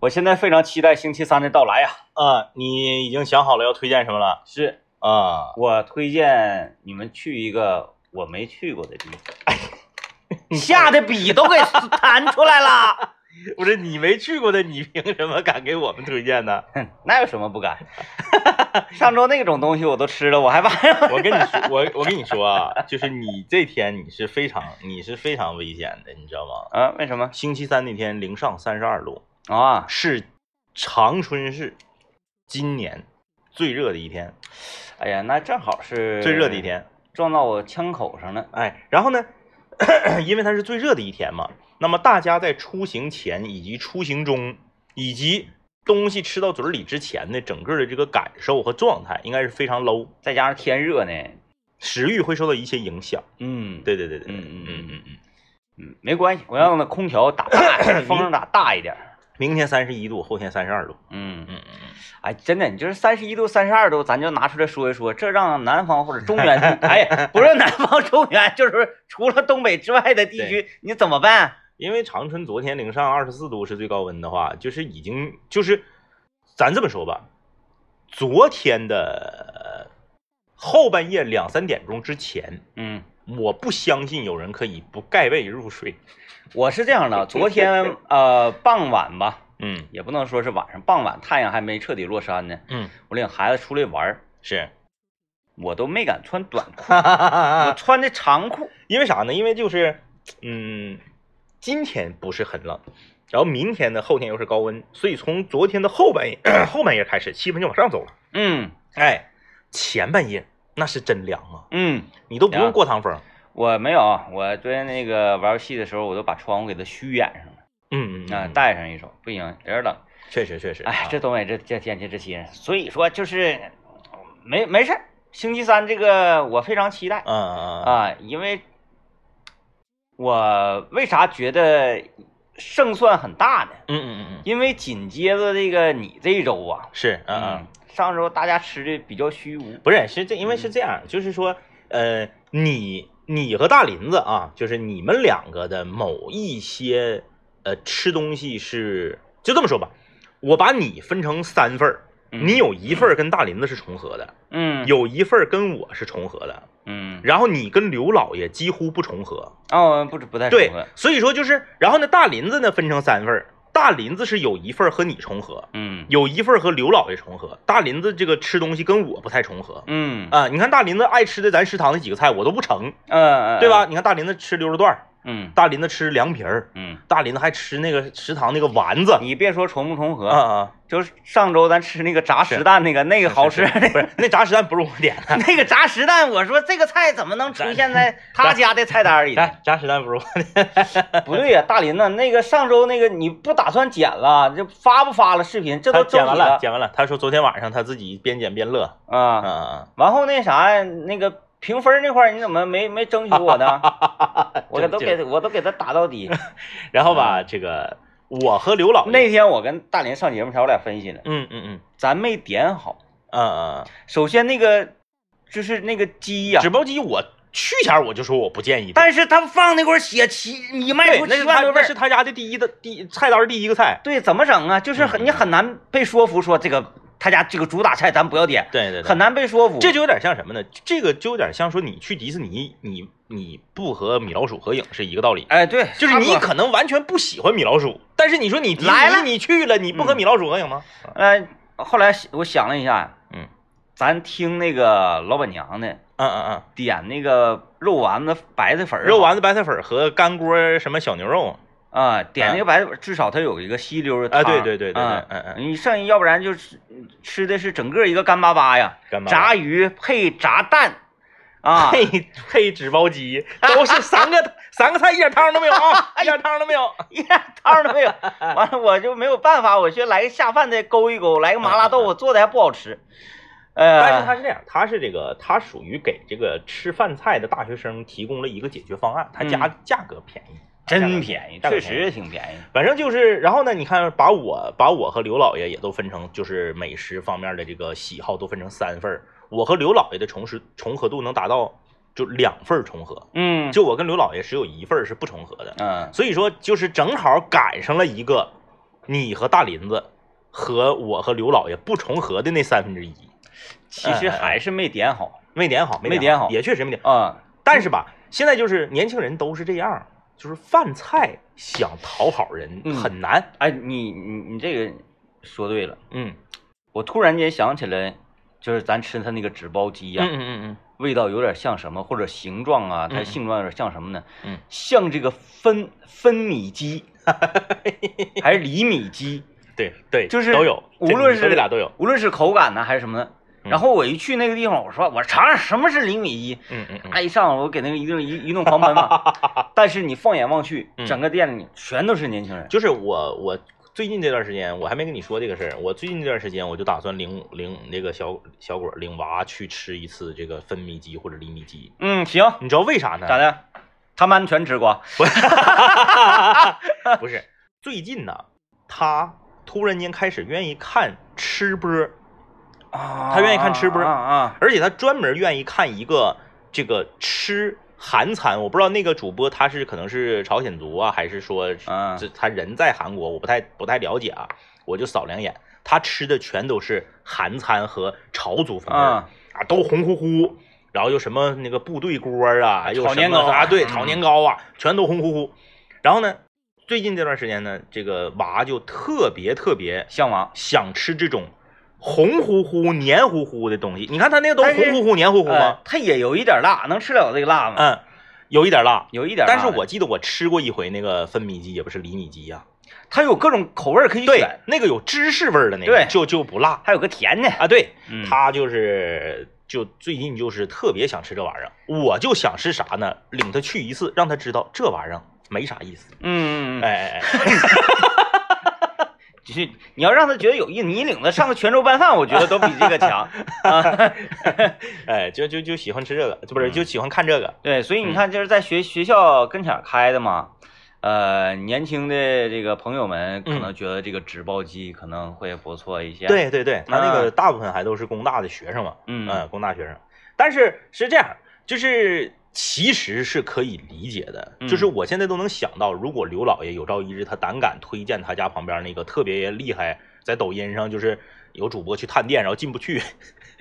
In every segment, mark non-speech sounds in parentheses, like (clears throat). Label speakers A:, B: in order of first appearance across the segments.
A: 我现在非常期待星期三的到来啊！
B: 啊，你已经想好了要推荐什么了
A: 是
B: 啊？
A: 我推荐你们去一个我没去过的地方， (laughs) 吓得笔都给弹出来了。
B: 不是你没去过的，你凭什么敢给我们推荐呢？
A: (laughs) 那有什么不敢？ (laughs) 上周那种东西我都吃了，我还 (laughs) 怕？
B: (laughs) 我跟你说，我我跟你说啊，就是你这天你是非常你是非常危险的，你知道吗？
A: 啊？为什么
B: 星期三那天零上三十二度，
A: 啊？
B: 是长春市今年最热的一天，
A: 哎呀，那正好是
B: 最热的一，天。
A: 撞到我枪口上了。
B: 哎，然后呢， (clears throat) 因为它是最热的一天嘛，那么大家在出行前以及出行中以及东西吃到嘴里之前的整个的这个感受和状态，应该是非常 low，
A: 再加上天热呢，
B: 食欲会受到一些影响。
A: 嗯，
B: 对对对对，
A: 嗯嗯嗯
B: 嗯嗯。
A: 嗯，没关系，我让那空调打大一 (laughs) 点，风筝打大一点。
B: 明天三十一度，后天三十二度。
A: 嗯，
B: 嗯嗯
A: 哎，真的，你就是三十一度、三十二度，咱就拿出来说一说，这让南方或者中原地， (laughs) 哎呀，不是南方、中原，就是除了东北之外的地区，你怎么办？
B: 因为长春昨天零上二十四度是最高温的话，就是已经就是，咱这么说吧，昨天的后半夜两三点钟之前，
A: 嗯，
B: 我不相信有人可以不盖被入睡。
A: 我是这样的，昨天呃傍晚吧，
B: 嗯
A: 也不能说是晚上，傍晚太阳还没彻底落山呢，
B: 嗯，
A: 我领孩子出来玩儿，
B: 是，
A: 我都没敢穿短裤，我
B: 我
A: 穿的长裤。
B: (laughs) 因为啥呢？因为就是，嗯，今天不是很冷，然后明天呢，后天又是高温，所以从昨天的后半夜 (clears throat) 后半夜开始，气温就往上走了。
A: 嗯
B: 哎，前半夜那是真凉啊，
A: 嗯。
B: 你都不
A: 凉
B: 用过堂风。
A: 我没有，啊我昨天那个玩游戏的时候，我都把窗户给它虚掩上了，
B: 嗯嗯
A: 啊、
B: 嗯，
A: 带上一手，不行，有点冷。
B: 确实确实。
A: 哎
B: 啊，
A: 这东北这这天气这些，所以说就是没没事儿星期三这个我非常期待
B: 嗯嗯嗯
A: 啊，因为我为啥觉得胜算很大呢？
B: 嗯嗯嗯嗯，
A: 因为紧接着这个你这一周啊，
B: 是嗯嗯。，
A: 上周大家吃的比较虚无，
B: 不是，是这，因为
A: 嗯
B: 是这样，就是说，呃，你你和大林子啊，就是你们两个的某一些呃吃东西是，就这么说吧，我把你分成三份儿，
A: 嗯
B: 你有一份儿跟大林子是重合的，
A: 嗯
B: 有一份儿跟我是重合的，
A: 嗯，
B: 然后你跟刘老爷几乎不重合，
A: 哦，不不太
B: 对
A: 重合，
B: 所以说就是，然后呢，大林子呢分成三份儿，大林子是有一份儿和你重合，
A: 嗯
B: 有一份儿和刘老爷重合，大林子这个吃东西跟我不太重合，
A: 嗯
B: 啊，你看大林子爱吃的咱食堂的几个菜我都不成，
A: 嗯，
B: 对吧？？你看大林子吃溜肉段儿，
A: 嗯
B: 大林子吃凉皮儿，
A: 嗯，
B: 大林子还吃那个食堂那个丸子，
A: 你别说重不重
B: 啊
A: 合，
B: 啊，
A: 就是上周咱吃那个炸
B: 是
A: 实蛋那个，那个好吃
B: 是。是不是那炸食蛋不是我点 (laughs) 的，
A: (laughs) 那个炸实蛋，我说这个菜怎么能出现 (laughs) 在他家的菜单里呢？
B: 来哎炸食蛋不是我点的，
A: 哎不对呀、大林呐，那个上周那个你不打算剪了，这发不发了视频？这
B: 他
A: 都周
B: (laughs) 剪完
A: 几
B: 了，剪完了，他说昨天晚上他自己边剪边乐，啊
A: 啊？
B: 啊
A: 完后那啥呀，那个评分那块儿你怎么没没征求我 (laughs) 呢？
B: 啊，
A: 我给都给我都给他打到 (laughs) 底。
B: 然后吧，这个我和刘老爷，
A: 那天我跟大林上节目前，我俩分析了，
B: 嗯嗯嗯
A: 咱没点好。
B: 嗯嗯，
A: 首先那个就是那个鸡呀、
B: 啊纸包鸡我去前我就说我不建议，
A: 但是他放那块儿写七，你卖
B: 对
A: 出
B: 那
A: 七
B: 是
A: 万
B: 他
A: 多
B: 那
A: 份
B: 是
A: 儿，
B: 他家的第一的第一菜单儿第一个菜，
A: 对，怎么整啊？就是很
B: 嗯
A: 你很难被说服，说这个他家这个主打菜咱不要点，
B: 对对对，
A: 很难被说服。
B: 这就有点像什么呢？这个就有点像说你去迪士尼，你你不和米老鼠合影是一个道理。
A: 哎，对，
B: 就是你
A: 差不多
B: 可能完全不喜欢米老鼠，但是你说你迪士尼
A: 来了嗯
B: 你去了，你不和米老鼠合影吗？
A: 呃，后来我想了一下，
B: 嗯，
A: 咱听那个老板娘的
B: 嗯嗯
A: 点那个肉丸子白菜粉
B: 嗯，
A: 儿，
B: 肉丸子白菜粉和干锅什么小牛肉，
A: 啊，点那个白菜粉儿，至少它有一个吸溜的
B: 嗯啊
A: 汤
B: 对对对对对
A: 啊
B: 嗯嗯
A: 你剩下要不然就是吃的是整个一个干巴巴呀，
B: 干嘛？
A: 炸鱼配炸蛋
B: (laughs)
A: 啊，
B: 配配纸包鸡，都是三
A: (laughs)
B: 个三个菜，一点汤都没有啊，
A: 哎
B: 一点汤都没有。
A: 一点 (laughs) 汤都没有。完了，我就没有办法，我去来个下饭的勾一勾，来个麻辣豆腐，做的还不好吃。呃，
B: 但是他是这样，他是这个，他属于给这个吃饭菜的大学生提供了一个解决方案，他加价格便宜，
A: 嗯真便宜，
B: 价格
A: 确
B: 便宜
A: 实挺便宜。
B: 反正就是，然后呢，你看，把我把我和刘老爷也都分成，就是美食方面的这个喜好都分成三份儿。我和刘老爷的重是重合度能达到就两份儿重合，
A: 嗯，
B: 就我跟刘老爷只有一份儿是不重合的。
A: 嗯
B: 所以说，就是正好赶上了一个你和大林子和我和刘老爷不重合的那三分之一，嗯
A: 其实还是没点好
B: 没点好，
A: 没
B: 点
A: 点好
B: 也确实没点。
A: 啊。
B: 但是吧，现在就是年轻人都是这样，就是饭菜想讨好人
A: 嗯
B: 很难。
A: 哎，你你你这个说对了，
B: 嗯
A: 我突然间想起来，就是咱吃他那个纸包鸡呀、
B: 嗯嗯
A: 味道有点像什么，或者形状啊，它
B: 嗯
A: 形状有点像什么呢？
B: 嗯，
A: 像这个分分米 (laughs) 鸡，还是厘米鸡，
B: 嗯，对对，
A: 就是
B: 都有，
A: 无
B: 这
A: 论
B: 你说
A: 是
B: 这俩都有。
A: 无论是口感呢还是什么呢。
B: 嗯
A: 然后我一去那个地方，我说我尝尝什么是厘米鸡，
B: 嗯嗯嗯
A: 哎，一上我给那个一顿一一顿狂喷
B: (laughs)
A: 嘛。但是你放眼望去，
B: 嗯
A: 整个店里全都是年轻人。
B: 就是我我最近这段时间，我还没跟你说这个事儿。我最近这段时间，我就打算领领那个小小果儿领娃去吃一次这个分米鸡或者厘米鸡。
A: 嗯，行，
B: 你知道为啥呢？
A: 咋的？他们全吃过。
B: 不是最近呢，他突然间开始愿意看吃播，
A: 啊
B: 他愿意看吃播
A: 啊啊！
B: 而且他专门愿意看一个这个吃韩餐。我不知道那个主播他是可能是朝鲜族啊，还是说
A: 嗯
B: 这他人在韩国，我不太不太了解啊，我就扫两眼，他吃的全都是韩餐和朝族风味儿
A: 啊
B: 啊，都红乎乎，然后又什么那个部队锅啊，又
A: 炒
B: 什
A: 年
B: 么
A: 糕
B: 啊，对，
A: 嗯
B: 炒年糕啊，全都红乎乎。然后呢，最近这段时间呢，这个娃就特别特别
A: 向往。
B: 想吃这种红乎乎、黏乎乎的东西。你看他那个都
A: 但是
B: 红乎乎、黏糊糊
A: 呃
B: 吗？，
A: 它也有一点辣，能吃了这个辣吗？
B: 嗯，有一点
A: 哎
B: 辣。
A: 有一点辣
B: 但
A: 的，
B: 是我记得我吃过一回那个分米鸡，也不是厘米鸡呀、
A: 它有各种口味儿可以
B: 对
A: 选，，
B: 那个有芝士味儿的那个
A: 对
B: 就就不辣
A: 还有个甜的。
B: 啊。对，
A: 嗯
B: 他就是就最近就是特别想吃这玩意儿，我就想吃啥呢？领他去一次，让他知道这玩意儿没啥意思。
A: 嗯嗯嗯，(laughs)
B: 哎哎哎，
A: 就是你要让他觉得有意思，你领他上个泉州拌饭，我觉得都比这个强啊。
B: 哎，就就就喜欢吃这个，就不是
A: 嗯
B: 就喜欢看这个。
A: 对，所以
B: 嗯
A: 你看，就是在学学校跟前儿开的嘛。呃，年轻的这个朋友们可能觉得这个纸包鸡可能会不错一些。，
B: 嗯对对对，他那
A: 嗯
B: 个大部分还都是工大的学生嘛，
A: 嗯
B: 嗯，工大学生。但是是这样，就是其实是可以理解的，
A: 嗯
B: 就是我现在都能想到，如果刘老爷有朝一日他胆敢推荐他家旁边那个特别厉害，在抖音上就是有主播去探店，然后进不去，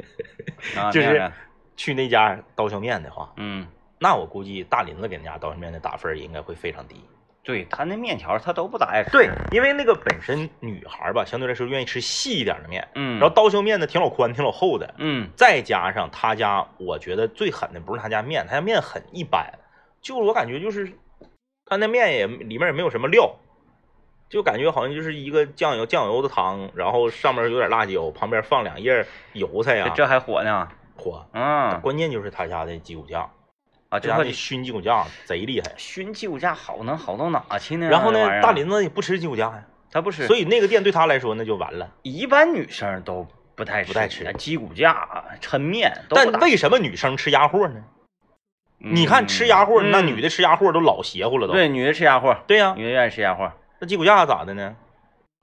B: (laughs)
A: 啊，
B: 就
A: 那样
B: 是
A: 的
B: 去那家刀削面的话，
A: 嗯，
B: 那我估计大林子给那家刀削面的打分儿应该会非常低。
A: 对他那面条他都不咋爱吃。
B: 对，，因为那个本身女孩儿吧，相对来说愿意吃细一点的面，
A: 嗯，
B: 然后刀削面呢挺老宽，挺老厚的，
A: 嗯
B: 再加上他家，我觉得最狠的不是他家面，他家面很一般，就是我感觉就是他那面也里面也没有什么料，就感觉好像就是一个酱油酱油的汤，然后上面有点辣椒，旁边放两叶油菜呀、
A: 这这还火呢。
B: 火。
A: 嗯
B: 关键就是他家的鸡骨架，
A: 啊，
B: 他
A: 这
B: 家
A: 块
B: 的熏鸡骨架贼厉害。
A: 熏鸡骨架好能好到哪去呢？
B: 然后
A: 这玩意
B: 呢，
A: 儿啊
B: 大林子也不吃鸡骨架呀，
A: 她不吃，
B: 所
A: 以
B: 以那个店对他来说那就完了。
A: 一般女生都不太
B: 不太吃
A: 鸡骨架、抻面都
B: 但
A: 不大。
B: 为什么女生吃鸭货呢？
A: 嗯
B: 你看吃鸭货，那
A: 嗯
B: 女的吃嗯鸭货都老邪乎了都。
A: 对女的吃鸭货，
B: 对呀、
A: 女的愿意吃鸭货，
B: 那鸡骨架咋的呢？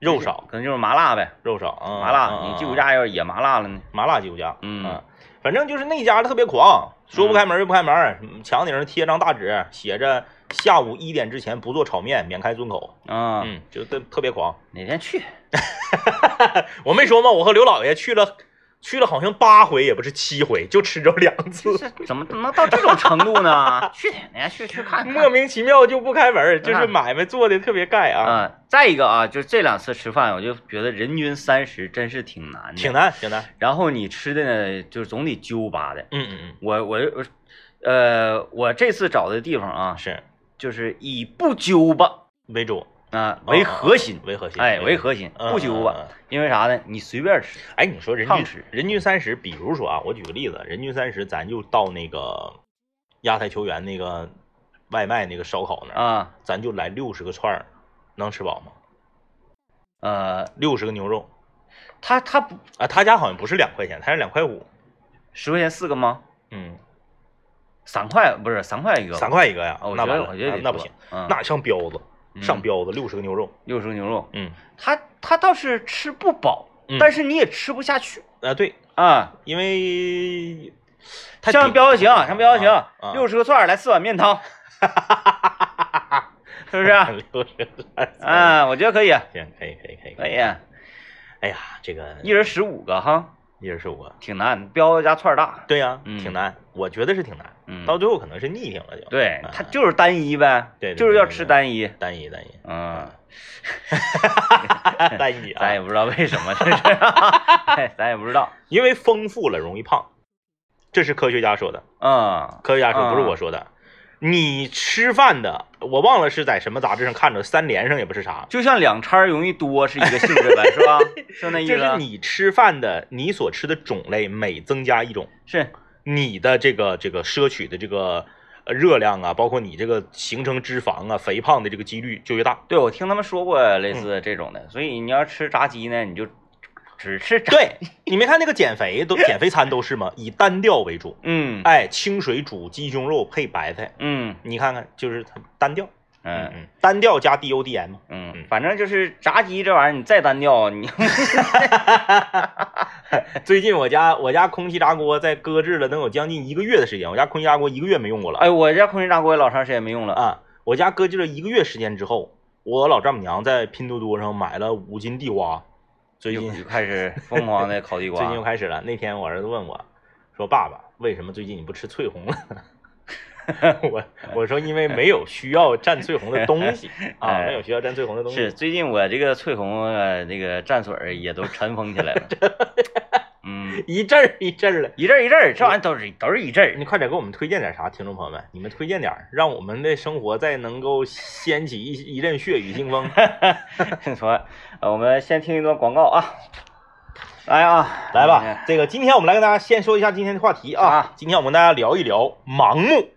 B: 肉少，
A: 可能就是麻辣呗，
B: 肉少啊，
A: 麻辣。
B: 嗯
A: 你鸡骨，架要是也麻辣了呢？
B: 麻辣鸡骨架，
A: 嗯
B: 反正就是那家特别狂，说不开门就不开门，墙顶上贴张大纸，写着下午一点之前不做炒面，免开尊口。
A: 啊，
B: 嗯，就特特别狂。 (laughs)
A: 哪天去？
B: 我没说吗？我和刘老爷去了，去了好像八回，也不是七回，就吃着两次，
A: 这怎么能到这种程度呢？去哪天去去看看
B: 莫名其妙就不开门，
A: 嗯
B: 就是买卖做的特别盖啊，
A: 啊！再一个啊，就是这两次吃饭，我就觉得人均三十真是挺难的，
B: 挺。难，挺难。
A: 然后你吃的呢，就是总得揪巴的。
B: 嗯嗯
A: 我我我，呃，我这次找的地方啊
B: 嗯，，是
A: 就是以不揪吧
B: 为主
A: 啊、
B: 哦
A: 为核心，
B: 为核心，
A: 哎，为
B: 心，
A: 核心，
B: 嗯
A: 不啊揪吧，
B: 嗯嗯
A: 因为啥呢？你随便吃，
B: 哎，你说人
A: 胖
B: 均
A: 吃
B: 人均三十，比如说啊，我举个例子，人均三十，咱就到那个亚太球员那个外卖那个烧烤那儿，
A: 啊，
B: 咱就来六十个串儿，能吃饱吗？
A: 呃，
B: 六十个牛肉
A: 他他不
B: 啊，他家好像不是两块钱，他是两块五，
A: 十块钱四个吗？
B: 嗯，
A: 三块不是三块一个吧，
B: 三块一个呀，
A: 啊，我
B: 那
A: 觉
B: 完
A: 得
B: 了
A: 我觉得得
B: 那那不
A: 多
B: 行，，
A: 嗯，
B: 那上彪子，上
A: 嗯
B: 彪子六十个牛肉，
A: 六十个牛肉，
B: 嗯
A: 他他倒是吃不饱，
B: 嗯
A: 但是你也吃不下去
B: 啊对，
A: 啊。
B: 因为他
A: 像
B: 顶
A: 彪形，像彪
B: 啊
A: 形，
B: 啊
A: 六十个串儿来四碗面汤， (laughs) 是不是？
B: (laughs) (laughs) 六十三岁，
A: 啊，我觉得可以，
B: 行，可以可以可以
A: 可以，啊
B: 哎呀，这个
A: 一人十五个哈，
B: 一人是五个，
A: 挺难，彪家串儿大，
B: 对呀，
A: 嗯
B: 挺难，我觉得是挺难，
A: 嗯，
B: 到最后可能是逆挺了就，
A: 对
B: 啊
A: 他就是单一呗，
B: 对对
A: 就是要
B: 对啊
A: 吃
B: 对
A: 单一，
B: 单一单一，
A: 嗯，
B: 单一啊，
A: 哎咱也不知道为什
B: (laughs)
A: 么，这是， (laughs) 哎咱也不知道，
B: 因为丰富了容易胖，这是科学家说的。
A: 嗯，
B: 科学家说不是
A: 啊
B: 我说的，你吃饭的，我忘了是在什么杂志上看着，三联上也不是啥，
A: 就像两掺儿容易多是一个性
B: (laughs)
A: 质呗，是吧？是那意
B: 就
A: 思啊
B: 是
A: 吧？
B: 你吃饭的，你所吃的种类每增加一种，
A: 是，
B: 你的这个这个摄取的这个呃热量啊，包括你这个形成脂肪啊、肥胖的这个几率就
A: (laughs)
B: 越大。
A: 对我听他们说过类似
B: 嗯
A: 这种的，所以你要吃炸鸡呢，你就只吃炸，
B: 对，你没看那个减肥都减肥餐都是吗？以单调为主，
A: 嗯
B: 哎，清水煮鸡胸肉配白菜，
A: 嗯
B: 你看看就是它单调，
A: 嗯
B: 嗯，单调加 DODM 嘛。
A: 嗯
B: 嗯，
A: 反正就是炸鸡这玩意儿，你再单调，你 (laughs)
B: 最近我家我家空气炸锅在搁置了能有将近一个月的时间，我家空气炸锅一个月没用过了。
A: 哎，我家空气炸锅也老长时间没用了，
B: 啊，我家搁置了一个月时间之后，我老丈母娘在拼多多上买了五斤地瓜，最
A: 就
B: 近
A: 就开
B: (laughs)
A: 始疯狂的烤地瓜，
B: 最近又开始了。那天我儿子问我，说爸爸，为什么最近你不吃翠红了？ (laughs)
A: (laughs)
B: 我我说因为没有需要蘸翠红的东西啊，
A: 哎
B: 没有需要蘸翠红的东西。
A: 是最近我这个翠红呃那个蘸水儿也都尘封起来了，
B: (laughs)
A: 嗯，
B: 一阵儿一阵儿的。
A: 一阵儿一阵儿，这玩意儿都是都是一阵儿，
B: 你快点给我们推荐点啥，听众朋友们，你们推荐点儿，让我们的生活再能够掀起一一阵血雨腥风。
A: (laughs) 说，呃我们先听一段广告啊，来啊，
B: 来吧，这个今天我们来跟大家先说一下今天的话题啊
A: 啊。
B: 今天我们跟大家聊一聊盲目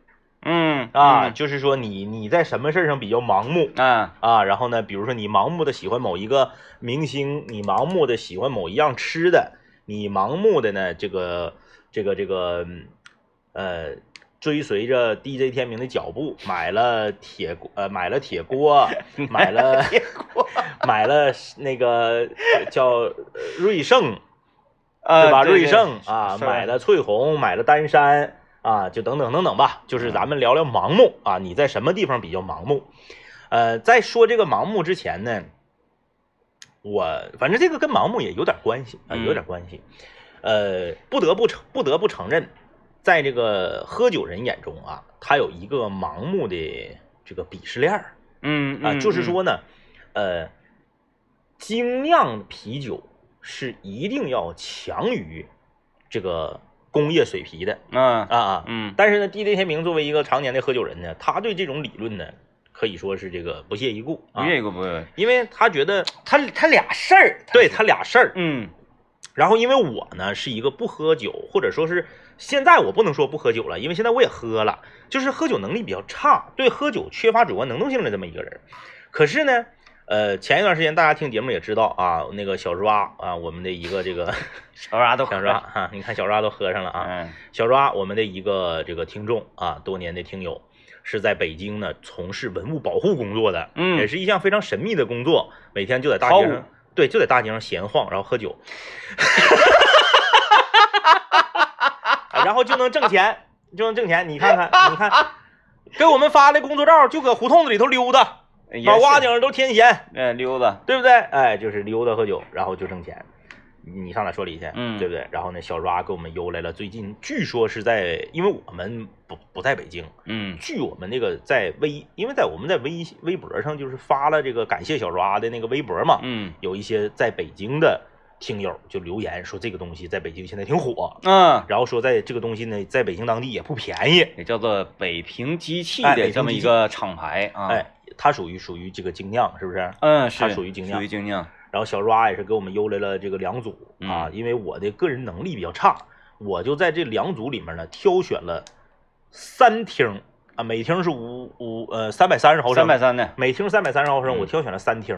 A: 嗯，嗯
B: 啊，
A: 啊
B: 就是说你你在什么事儿上比较盲目
A: 啊
B: 啊？然后呢，比如说你盲目的喜欢某一个明星，你盲目的喜欢某一样吃的，你盲目的呢这个这个这个嗯呃。追随着 DJ 天明的脚步，买了铁锅呃，买了铁 (laughs) 锅，买了买了那个叫呃瑞盛，呃
A: 呃
B: 对吧？瑞盛啊，买
A: 了，
B: 了翠红，买了丹山啊，就等等等等吧。就是咱们聊聊盲目啊，你在什么地方比较盲目？呃，在说这个盲目之前呢，我反正这个跟盲目也有点关系啊，
A: 嗯
B: 有点关系。呃，不得不承不得不承认，在这个喝酒人眼中啊，他有一个盲目的这个鄙视链儿
A: 嗯
B: 啊，
A: 嗯
B: 就是
A: 嗯
B: 说呢，呃，精酿啤酒是一定要强于这个工业水啤的
A: 嗯
B: 啊啊。
A: 嗯
B: 但是呢，DJ 天明作为一个常年的喝酒人呢，他对这种理论呢，可以说是这个不屑一顾啊，
A: 这个不，
B: 因为他觉得
A: 他他俩事儿，
B: 对他俩事儿。
A: 嗯
B: 然后因为我呢是一个不喝酒，或者说是现在我不能说不喝酒了，因为现在我也喝了，就是喝酒能力比较差，对喝酒缺乏主观能动性的这么一个人。可是呢，呃，前一段时间大家听节目也知道啊，那个小抓啊，我们的一个这个 (laughs)
A: 小啥都
B: 小抓
A: 了，
B: 哈、你看小抓都喝上了啊，
A: 嗯
B: 小抓我们的一个这个听众啊，多年的听友。是在北京呢，从事文物保护工作的，
A: 嗯
B: 也是一项非常神秘的工作。每天就在大
A: 考
B: 街
A: 古
B: 上，对，就在大街上闲晃，然后喝酒，啊然后就能挣钱，就能挣钱。你看看，你看，给我们发的工作照就搁胡同子里头溜达，脑瓜顶上都天闲，
A: 呃溜达，
B: 对不对？哎，就是溜达喝酒，然后就挣钱。你上哪说理去？
A: 嗯
B: 对不对？然后呢，小抓给我们邮来了，最近据说是在，因为我们不不在北京，
A: 嗯
B: 据我们那个在微，因为在我们在微微博上就是发了这个感谢小抓的那个微博嘛，
A: 嗯
B: 有一些在北京的听友就留言说这个东西在北京现在挺火，
A: 嗯，
B: 然后说在这个东西呢，在北京当地也不便宜，
A: 也叫做北平机器
B: 哎北
A: 的
B: 平
A: 这么
B: 机
A: 一
B: 器
A: 个厂牌啊，
B: 哎，它属于属于这个精酿，是不是？
A: 嗯，是
B: 它属于精酿
A: 属于精酿，
B: 然后小抓也是给我们邮来了这个两组啊，
A: 嗯
B: 因为我的个人能力比较差，我就在这两组里面呢挑选了三听啊，每听是五五呃三百三十毫升，
A: 三百三的，
B: 每听三百三十毫升，
A: 嗯
B: 我挑选了三听。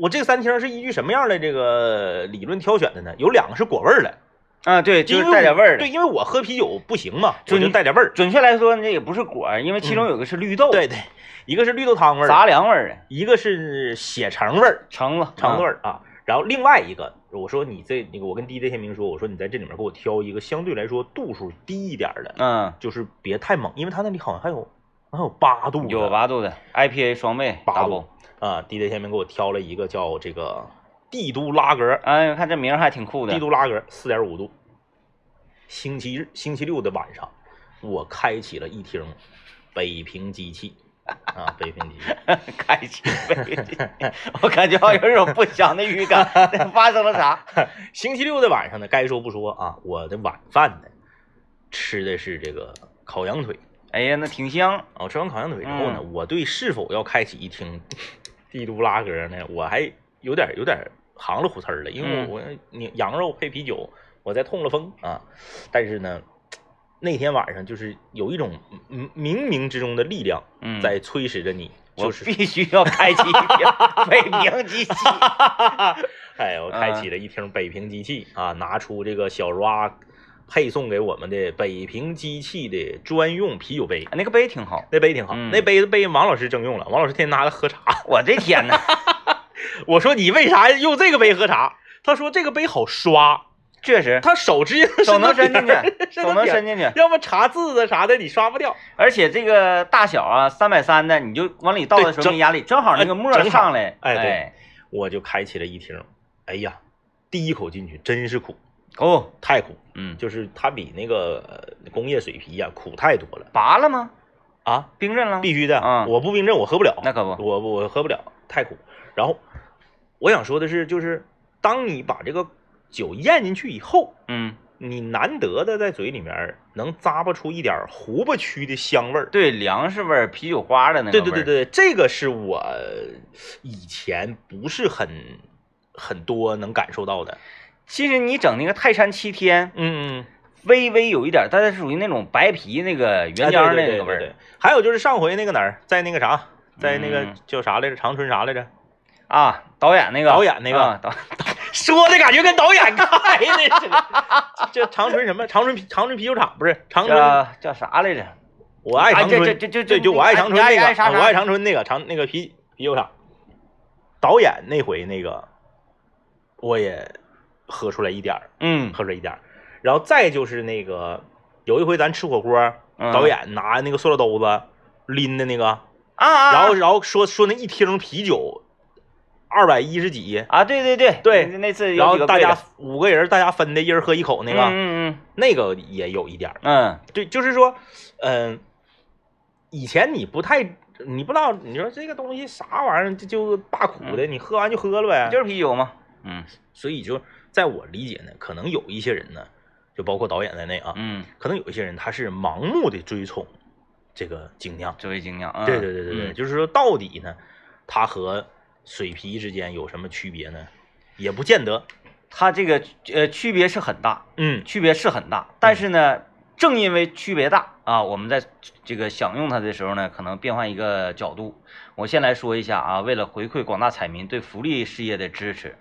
B: 我这三听是依据什么样的这个理论挑选的呢？有两个是果味儿的，
A: 啊，对，就
B: 因为
A: 是带点味儿
B: 我
A: 的。
B: 对，因为我喝啤酒不行嘛，
A: 就
B: 我就
A: 你
B: 带点味儿。
A: 准确来说，那也不是果儿，因为其中有个是绿豆，
B: 对，对，一个是绿豆汤味儿，
A: 杂粮味儿的
B: 一个是血橙味儿、
A: 橙子，
B: 橙子味
A: 儿，
B: 儿啊，然后另外一个，我说你这那个，我跟 DJ 天明说，我说你在这里面给我挑一个相对来说度数低一点儿的，
A: 嗯
B: 就是别太猛，因为他那里好像还有能有八度的，
A: 有八度的 IPA 双倍
B: 八
A: double
B: 度。啊，DJ 天明给我挑了一个叫这个帝都拉格，
A: 哎，看这名儿还挺酷的
B: 帝。都拉格四点五度。星期日、星期六的晚上，我开启了一听北平机器啊，北平
A: (laughs)
B: 机器。
A: (laughs) 开启杯，我感觉好像有一种不祥的预
B: (laughs)
A: 感，发生了啥？
B: 星期六的晚上呢，该说不说啊，我的晚饭呢吃的是这个烤羊腿
A: 哎呀，那挺香，
B: 啊。我吃完烤羊腿之后
A: 嗯
B: 呢，我对是否要开启一听帝都拉格呢，我还有点有点行了胡刺儿了，因为
A: 嗯
B: 我你羊肉配啤酒，我再痛了风啊。但是呢，那天晚上就是有一种嗯冥冥之中的力量
A: 嗯，
B: 在催使着你，
A: 我
B: 就是
A: 必须要开启一瓶
B: (laughs)
A: 北平机器，
B: 哎，我开
A: 啊
B: 启了一听北平机器啊，拿出这个小抓配送给我们的北平机器的专用啤酒杯，
A: 那个杯挺好。
B: 那杯挺好，
A: 嗯
B: 那杯被王老师征用了。王老师天天拿它喝茶，
A: 我的天呐，
B: 我说你为啥用这个杯喝茶？他说这个杯好刷，
A: 确
B: (laughs)
A: 实，
B: 他手直接
A: 手能伸
B: 到
A: 进
B: 底儿，
A: 去，
B: 到
A: 手能
B: 底儿
A: 伸进去，
B: 要么查字的啥的你刷不掉。
A: 而且这个大小啊，三百三的，你就往里倒的时
B: 对
A: 候
B: 正
A: 没压力，正好那个沫
B: 哎
A: 儿
B: 正好
A: 上来，
B: 哎对
A: 哎，
B: 我就开启了一听，哎呀，第一口进去真是苦，
A: 哦，
B: 太苦，
A: 嗯，
B: 就是它比那个呃工业水啤呀、苦太多了
A: 拔了吗？
B: 啊。
A: 冰镇了吗？
B: 必须的，
A: 嗯
B: 我不冰镇我喝不了，
A: 那可不，
B: 我我喝不了，太苦。然后我想说的是，就是当你把这个酒咽进去以后，
A: 嗯，
B: 你难得的在嘴里面能咂巴出一点胡巴区的香味儿。
A: 对，粮食味儿、啤酒花的那个
B: 对对对
A: 味儿，
B: 对，这个是我以前不是很很多能感受到的。
A: 其实你整那个泰山七天，
B: 嗯嗯，
A: 微微有一点儿，但是属于那种白皮那个原浆
B: 哎
A: 的
B: 对
A: 那
B: 对
A: 个味儿
B: 对对对。还有就是上回那个哪儿，在那个啥，在那个
A: 嗯
B: 叫啥来着，长春啥来着？ (laughs)
A: 啊，导演那个，
B: 导演那个
A: 啊导
B: 说的感觉跟导演开的似的。 (laughs) 这长春什么？长春啤长春啤酒厂不是长春？
A: 叫叫啥来着？
B: 我爱长春，
A: 啊这这这这
B: 对，就
A: 这
B: 我爱长春那
A: 你爱
B: 个，啊
A: 爱啥啥
B: 我爱长春那个长那个啤啤酒厂。导演那回那个，我也喝出来一点儿，
A: 嗯，
B: 喝出来一点儿。然后再就是那个，有一回咱吃火锅，
A: 嗯
B: 导演拿那个塑料兜子拎的那个，
A: 啊啊，
B: 然
A: 啊
B: 后然后说说那一听啤酒二百一十几，
A: 啊，对对对
B: 对
A: 那那次
B: 然
A: 有几
B: 后
A: 个
B: 大
A: 贵的
B: 家五个人，大家分的，一人喝一口那个。
A: 嗯嗯
B: 那个也有一点儿，
A: 嗯
B: 对，就是说，嗯、以前你不太，你不知道，你说这个东西啥玩意儿，这就大苦的，你喝完就喝了呗。
A: 嗯，就是啤酒嘛，嗯
B: 所以就在我理解呢，可能有一些人呢，就包括导演在内啊，
A: 嗯，
B: 可能有一些人他是盲目的追崇这个精酿。
A: 这位精酿，嗯
B: 对对对对对，，就是说到底呢，它和水啤之间有什么区别呢？也不见得。
A: 它这个呃区别是很大，
B: 嗯
A: 区别是很大，但是呢，正因为区别大啊，我们在这个享用它的时候呢，可能变换一个角度。我先来说一下啊，为了回馈广大彩民对福利事业的支持，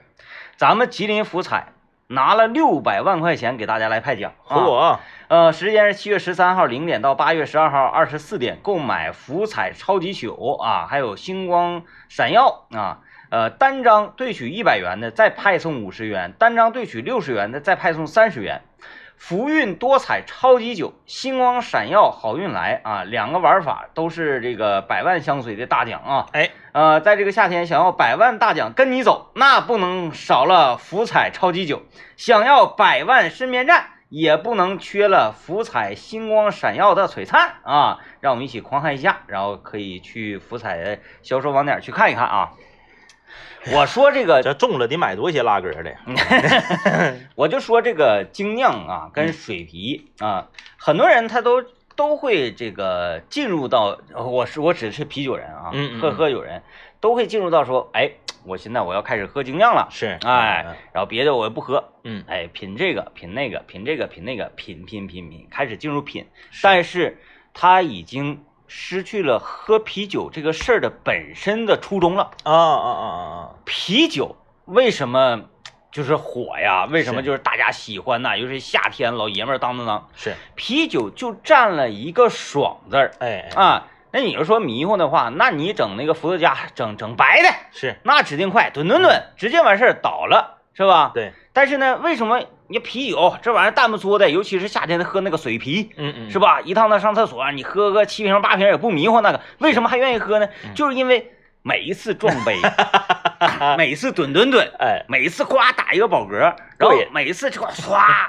A: 咱们吉林福彩拿了六百万块钱给大家来派奖
B: 和
A: 啊。
B: 我啊
A: 呃，时间是七月十三号零点到八月十二号二十四点，购买福彩超级酒啊，还有星光闪耀啊。呃，单张兑取一百元的，再派送五十元；单张兑取六十元的，再派送三十元。福运多彩超级酒，星光闪耀好运来啊！两个玩法都是这个百万相随的大奖啊！
B: 哎，
A: 呃，在这个夏天想要百万大奖跟你走，那不能少了福彩超级酒；想要百万身边站，也不能缺了福彩星光闪耀的璀璨啊！让我们一起狂嗨一下，然后可以去福彩的销售网点去看一看啊！我说这个
B: 这中了得买多些拉格的。
A: 嗯我就说这个精酿啊，跟
B: 嗯
A: 水啤啊，很多人他都都会这个进入到，呃我是我只是啤酒人啊，
B: 嗯嗯嗯
A: 喝喝酒人都会进入到说，哎，我现在我要开始喝精酿了，
B: 是，
A: 哎，然后别的我也不喝，
B: 嗯，
A: 哎，品这个品那个品这个品那个品品品品，开始进入品，但是他已经失去了喝啤酒这个事儿的本身的初衷了。
B: 啊啊啊啊啊！
A: 啤酒为什么就是火呀？为什么
B: 是
A: 就是大家喜欢呐？尤其是夏天，老爷们儿当当当，
B: 是，
A: 啤酒就占了一个爽字儿
B: 哎，哎
A: 啊。那你要说迷糊的话，那你整那个伏特加，整整白的，
B: 是
A: 那指定快，吨吨吨，直接完事儿倒了，是吧？。
B: 对，
A: 但是呢，为什么你啤酒这玩意儿淡不缩的，尤其是夏天的喝那个水啤，
B: 嗯嗯
A: 是？吧？一趟趟上厕所，你喝个七瓶八瓶也不迷糊那个，为什么还愿意喝呢？
B: 嗯
A: 就是因为每一次撞
B: (laughs)
A: 杯，每一次蹲蹲蹲，
B: 哎，
A: 每一次夸打一个饱嗝，然后
B: 对
A: 每一次就
B: (laughs)
A: 唰，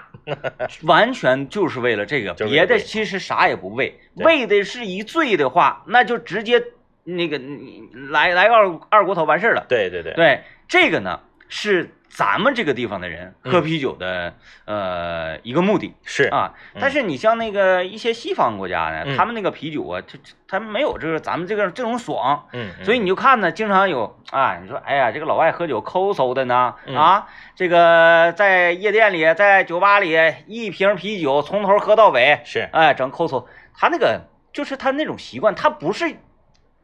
A: 完全就是为了这个，
B: 就是为
A: 别
B: 了
A: 的
B: 这个
A: 其实啥也不为，
B: 对
A: 为的是一醉的话，那就直接那个你来来个二二锅头完事儿了。
B: 对对对，
A: 对，这个呢是咱们这个地方的人喝
B: 嗯
A: 啤酒的、呃一个目的。
B: 是，
A: 啊，但
B: 嗯
A: 是你像那个一些西方国家呢，
B: 嗯
A: 他们那个啤酒啊，就就他们没有这个咱们这个这种爽，
B: 嗯，嗯
A: 所以你就看呢，经常有啊，你说哎呀，这个老外喝酒抠搜的呢，
B: 嗯
A: 啊，这个在夜店里，在酒吧里，一瓶啤酒从头喝到尾，
B: 是，
A: 哎，整抠搜，他那个就是他那种习惯，他不是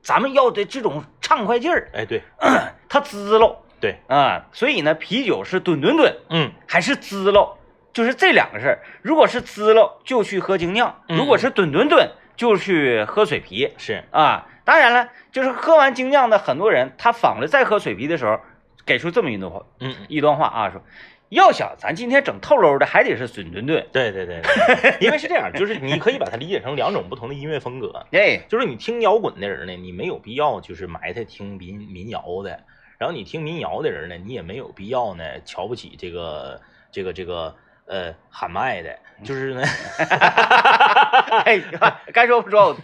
A: 咱们要的这种畅快劲儿，
B: 哎对
A: 他滋喽
B: 对，
A: 啊，所以呢，啤酒是吨吨吨。
B: 嗯
A: 还是滋喽，就是这两个事儿。如果是滋喽，就去喝精酿；
B: 嗯
A: 如果是吨吨吨，就去喝水啤
B: 是，
A: 啊。当然了，就是喝完精酿的很多人，他反过来再喝水啤的时候，给出这么一段话
B: 嗯嗯，
A: 一段话啊，说要想咱今天整透漏的，还得是损吨吨。
B: 对对对，
A: (laughs)
B: 对因为是这样，就是你可以把它理解成两种不同的音乐风格，
A: 哎，
B: 就是你听摇滚的人呢，你没有必要就是埋汰听民民谣的，然后你听民谣的人呢，你也没有必要呢瞧不起这个这个这个呃喊麦的，就是呢，
A: 哎， (laughs) 该说不说，我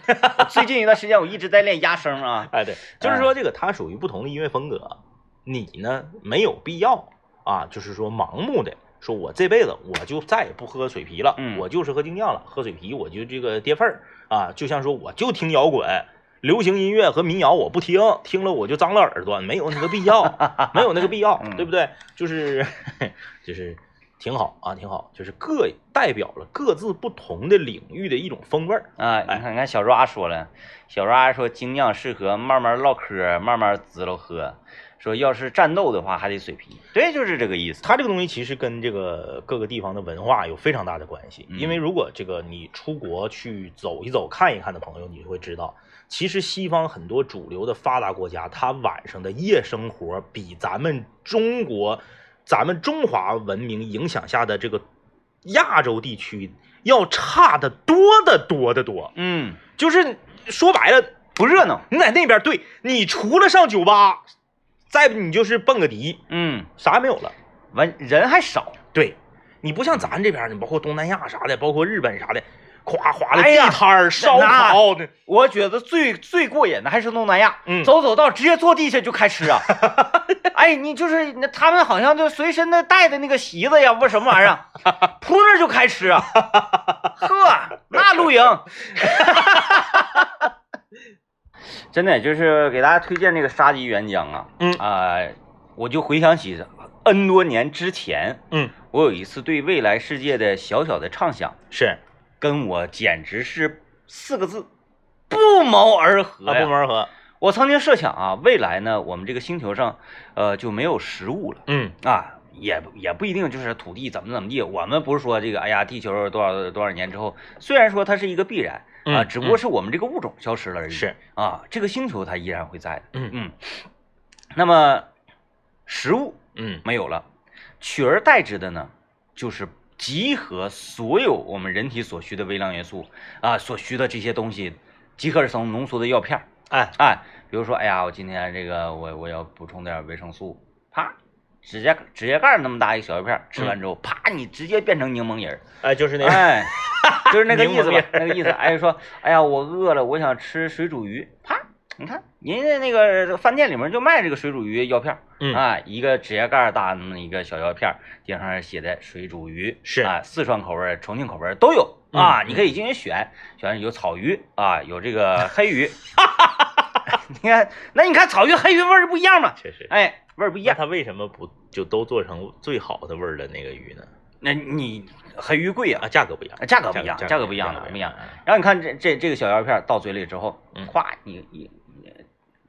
A: 最近一段时间我一直在练压声啊。
B: (laughs) 哎对，就是说这个它属于不同的音乐风格，你呢没有必要啊，就是说盲目的。说我这辈子我就再也不喝水啤了，
A: 嗯
B: 我就是喝精酿了，喝水啤我就这个跌份儿啊，就像说我就听摇滚，流行音乐和民谣我不听，听了我就脏了耳朵，没有那个必要，没有那个必要
A: (laughs) 嗯，
B: 对不对？就是 (laughs) 就是挺好啊，挺好，就是各代表了各自不同的领域的一种风味儿。
A: 啊，你看，你看小抓说了，小抓说精酿适合慢慢唠嗑，慢慢滋溜喝。说要是战斗的话，还得水啤。对，就是这个意思。
B: 它这个东西其实跟这个各个地方的文化有非常大的关系，
A: 嗯
B: 因为如果这个你出国去走一走、看一看的朋友，你就会知道，其实西方很多主流的发达国家，它晚上的夜生活比咱们中国、咱们中华文明影响下的这个亚洲地区要差的多得多得多。
A: 嗯，
B: 就是说白了，
A: 不热闹。
B: 你在那边，对你除了上酒吧，再你就是蹦个迪，
A: 嗯，
B: 啥也没有了。
A: 完人还少。
B: 对，你不像咱这边儿，你包括东南亚啥的，包括日本啥的，夸夸的
A: 哎
B: 地
A: 呀
B: 摊儿、烧
A: 那
B: 烤的，
A: 我觉得最最过瘾的还是东南亚，
B: 嗯
A: 走走道直接坐地下就开吃 (laughs) 啊！哎，你就是那他们好像就随身的带的那个席子呀，不是什么玩意儿，扑那儿就开吃啊！呵，那露营， (laughs) 真的就是给大家推荐这个沙棘原浆啊，
B: 嗯
A: 啊、我就回想起呃 N 多年之前，
B: 嗯，
A: 我有一次对未来世界的小小的畅想，
B: 是
A: 跟我简直是四个字不谋而合
B: 啊，
A: 呀
B: 不谋而合，
A: 我曾经设想啊，未来呢，我们这个星球上，呃，就没有食物了
B: 嗯
A: 啊，也也不一定就是土地怎么怎么地。我们不是说这个，哎呀，地球多少多少年之后，虽然说它是一个必然啊，
B: 嗯
A: 只不过是我们这个物种消失了而已。
B: 是，
A: 啊，这个星球它依然会在的。
B: 嗯
A: 嗯，那么食物
B: 嗯
A: 没有了，取而代之的呢，就是集合所有我们人体所需的微量元素啊，所需的这些东西，集合而成浓缩的药片儿。
B: 哎，
A: 哎，比如说，哎呀，我今天这个我我要补充点维生素，啪，指甲指甲盖儿那么大一小药片儿，吃完之后，
B: 嗯
A: 啪，你直接变成柠檬仁儿，
B: 哎， (laughs) 就是那个，
A: 哎，就是那个意思
B: 柠檬仁
A: 吧
B: 儿，
A: 那个意思。哎，说，哎呀，我饿了，我想吃水煮鱼，啪，你看人家那个饭店里面就卖这个水煮鱼药片儿，
B: 嗯
A: 啊，一个指甲盖儿大那么一个小药片儿，顶上写的水煮鱼
B: 是
A: 啊，四川口味儿、重庆口味儿都有啊，
B: 嗯
A: 你可以进行选，选有草鱼啊，有这
B: (laughs)
A: 个黑鱼， (laughs) 你看，那你看草鱼、黑鱼味儿不一样嘛，
B: 确实。
A: 哎，味儿不一
B: 那
A: 样。
B: 他为什么不就都做成最好的味儿的那个鱼呢？
A: 那你黑鱼贵
B: 啊，
A: 啊，
B: 价格不一样，
A: 价格不一样，
B: 价
A: 价格不一样的，不
B: 不
A: 一
B: 一
A: 样。
B: 哎
A: 然后你看这这这个小药片儿到嘴里之后
B: 嗯，
A: 咵，你你你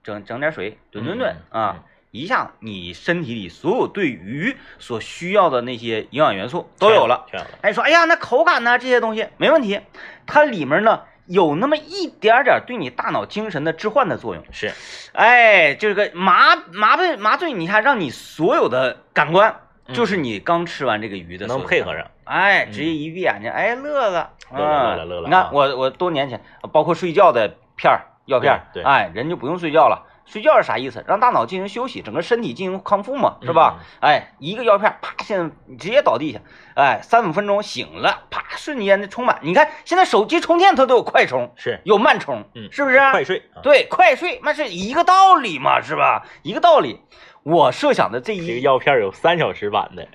A: 整整点水，炖炖炖
B: 嗯
A: 啊，一下你身体里所有对鱼所需要的那些营养元素都有了。，
B: 全有了。
A: 哎，说哎呀，那口感呢？这些东西没问题，它里面呢有那么一点点对你大脑精神的置换的作用。
B: 是，
A: 哎，这个麻麻醉麻醉你一下，让你所有的感官就是你刚吃完这个鱼的时候
B: 嗯能配合上，
A: 哎，直接一闭眼睛，哎，乐了，
B: 嗯乐
A: 嗯
B: 了乐了乐了
A: 你看
B: 啊
A: 我我多年前，包括睡觉的片儿药片儿，
B: 对对
A: 哎，人就不用睡觉了。睡觉是啥意思？让大脑进行休息，整个身体进行康复嘛，是
B: 嗯
A: 吧？哎，一个药片，啪，现在你直接倒地下，哎，三五分钟醒了，啪，瞬间的充满。你看现在手机充电它都有快充，
B: 是，
A: 有慢充，
B: 嗯
A: 是不是？
B: 快睡啊，
A: 对，快睡，那是一个道理嘛，是吧？一个道理。我设想的这
B: 这个
A: 一，
B: 药片儿有三小时版的，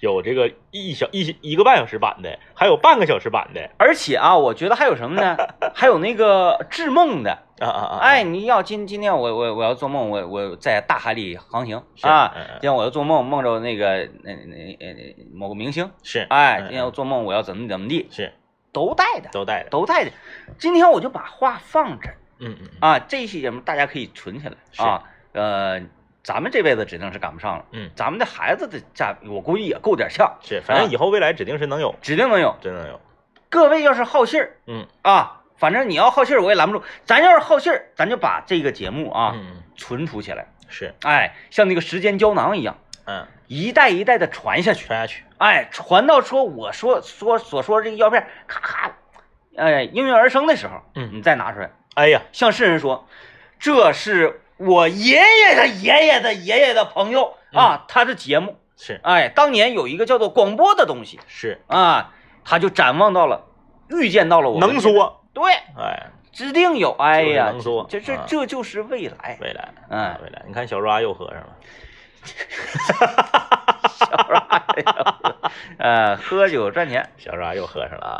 B: 有这个一小一一个半小时版的，还有半个小时版的，
A: 而且啊，我觉得还有什么
B: (laughs)
A: 呢？还有那个治梦的，
B: 啊啊啊，
A: 哎，你要今今天我我我要做梦，我我在大海里航行
B: 是
A: 啊，
B: 嗯嗯
A: 今天我要做梦，梦着那个那那那那某个明星，
B: 是，
A: 哎，
B: 嗯
A: 今天我做梦我要怎么怎么地，
B: 是
A: 都带的，
B: 都带的，
A: 都带的。今天我就把话放这儿
B: 嗯嗯嗯
A: 啊，这一期节目大家可以存起来
B: 是
A: 啊，呃，咱们这辈子指定是赶不上了，
B: 嗯，
A: 咱们的孩子的家，我估计也够点呛，
B: 是，反正
A: 啊
B: 以后未来指定是能有，
A: 指定能有。
B: 真能有，
A: 各位要是好信儿
B: 嗯
A: 啊，反正你要好信儿我也拦不住，咱要是好信儿，咱就把这个节目啊、
B: 嗯嗯
A: 存储起来。
B: 是，
A: 哎，像那个时间胶囊一样，
B: 嗯，
A: 一代一代的传下去，
B: 传下去，
A: 哎，传到说我说说所说这个药片，咔咔，哎，应运而生的时候，
B: 嗯
A: 你再拿出来，
B: 哎呀，
A: 向世人说，这是我爷爷的爷爷的爷爷的朋友
B: 嗯
A: 啊，他的节目，
B: 是
A: 哎，当年有一个叫做广播的东西
B: 是，
A: 啊，他就展望到了，预见到了我们
B: 能
A: 这个，
B: 说，
A: 对，
B: 哎，
A: 指定有，哎
B: 就是
A: 呀，
B: 能说
A: 这这
B: 啊
A: 这就是未
B: (laughs)
A: 来，
B: 未来，
A: 嗯 (laughs)
B: 啊未来，你看小抓又合上了，
A: 哎呃，喝酒赚钱，
B: 小抓又合上了啊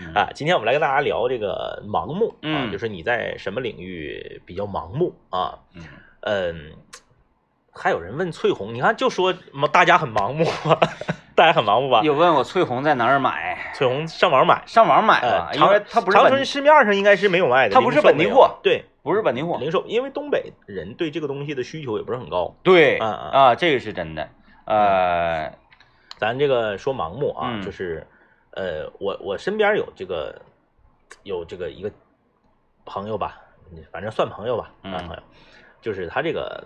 A: 嗯
B: 啊！今天我们来跟大家聊这个盲目啊，
A: 嗯
B: 就是你在什么领域比较盲目啊？
A: 嗯。
B: 嗯，还有人问翠红，你看就说嘛大家很盲目啊， (laughs) 大家很盲目吧？
A: 有嗯问我翠红在哪儿买，
B: 翠红上网买，
A: 上网买吧
B: 呃，，
A: 因
B: 长
A: 为它不是
B: 长
A: 本
B: 春市面上应该是没有卖的，
A: 它不是
B: 零售
A: 本地
B: 没有
A: 货
B: 对，
A: 不是本地货。
B: 零售，因为东北人对这个东西的需求也不是很高。
A: 对，
B: 嗯嗯
A: 啊，这个是真的。呃，
B: 咱这个说盲目啊，
A: 嗯
B: 就是，呃，我我身边有这个有这个一个朋友吧，反正算朋友吧，
A: 嗯
B: 算朋友，就是他这个，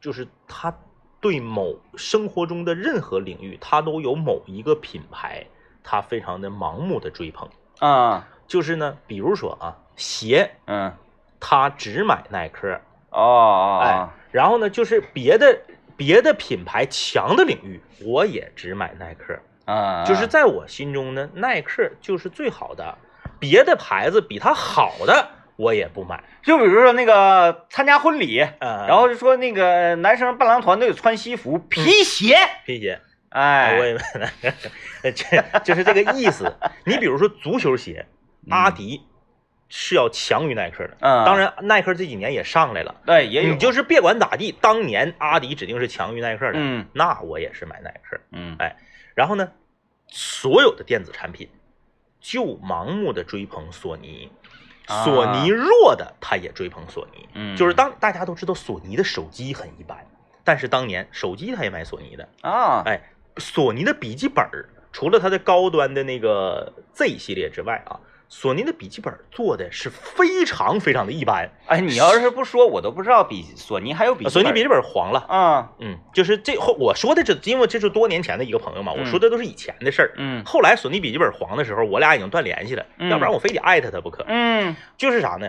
B: 就是他对某生活中的任何领域，他都有某一个品牌，他非常的盲目的追捧。
A: 啊，
B: 就是呢，比如说啊，鞋，
A: 嗯，
B: 他只买耐克，
A: 哦哦，
B: 哎
A: 哦，
B: 然后呢，就是别的别的品牌强的领域，我也只买耐克。
A: 啊，
B: 就是在我心中呢，耐克就是最好的，别的牌子比它好的我也不买。
A: 就比如说那个参加婚礼，
B: 嗯，
A: 然后就说那个男生伴郎团队穿西服皮鞋，
B: 皮鞋，嗯我
A: 哎，
B: 也买， (laughs) 这就是这个意
A: (laughs)
B: 思。你比如说足球鞋，阿迪是要强于耐克的，
A: 嗯
B: 当然耐克这几年也上来了。
A: 对，也有，
B: 你就是别管咋地，当年阿迪指定是强于耐克的，
A: 嗯
B: 那我也是买耐克。
A: 嗯
B: 哎然后呢，所有的电子产品就盲目的追捧索尼，
A: 啊
B: 索尼弱的他也追捧索尼。
A: 嗯，
B: 就是当大家都知道索尼的手机很一般，但是当年手机他也买索尼的，
A: 啊，
B: 哎，索尼的笔记本儿除了它的高端的那个 Z 系列之外啊，索尼的笔记本儿做的是非常非常的一般，
A: 哎，你要是不说，我都不知道比索尼还有比
B: 索尼笔记本儿黄了。
A: 啊，
B: 嗯，就是这后我说的这，因为这是多年前的一个朋友嘛，我
A: 嗯
B: 说的都是以前的事儿。
A: 嗯
B: 后来索尼笔记本黄的时候，我俩已经断联系了，
A: 嗯
B: 要不然我非得艾特他不可。
A: 嗯
B: 就是啥呢？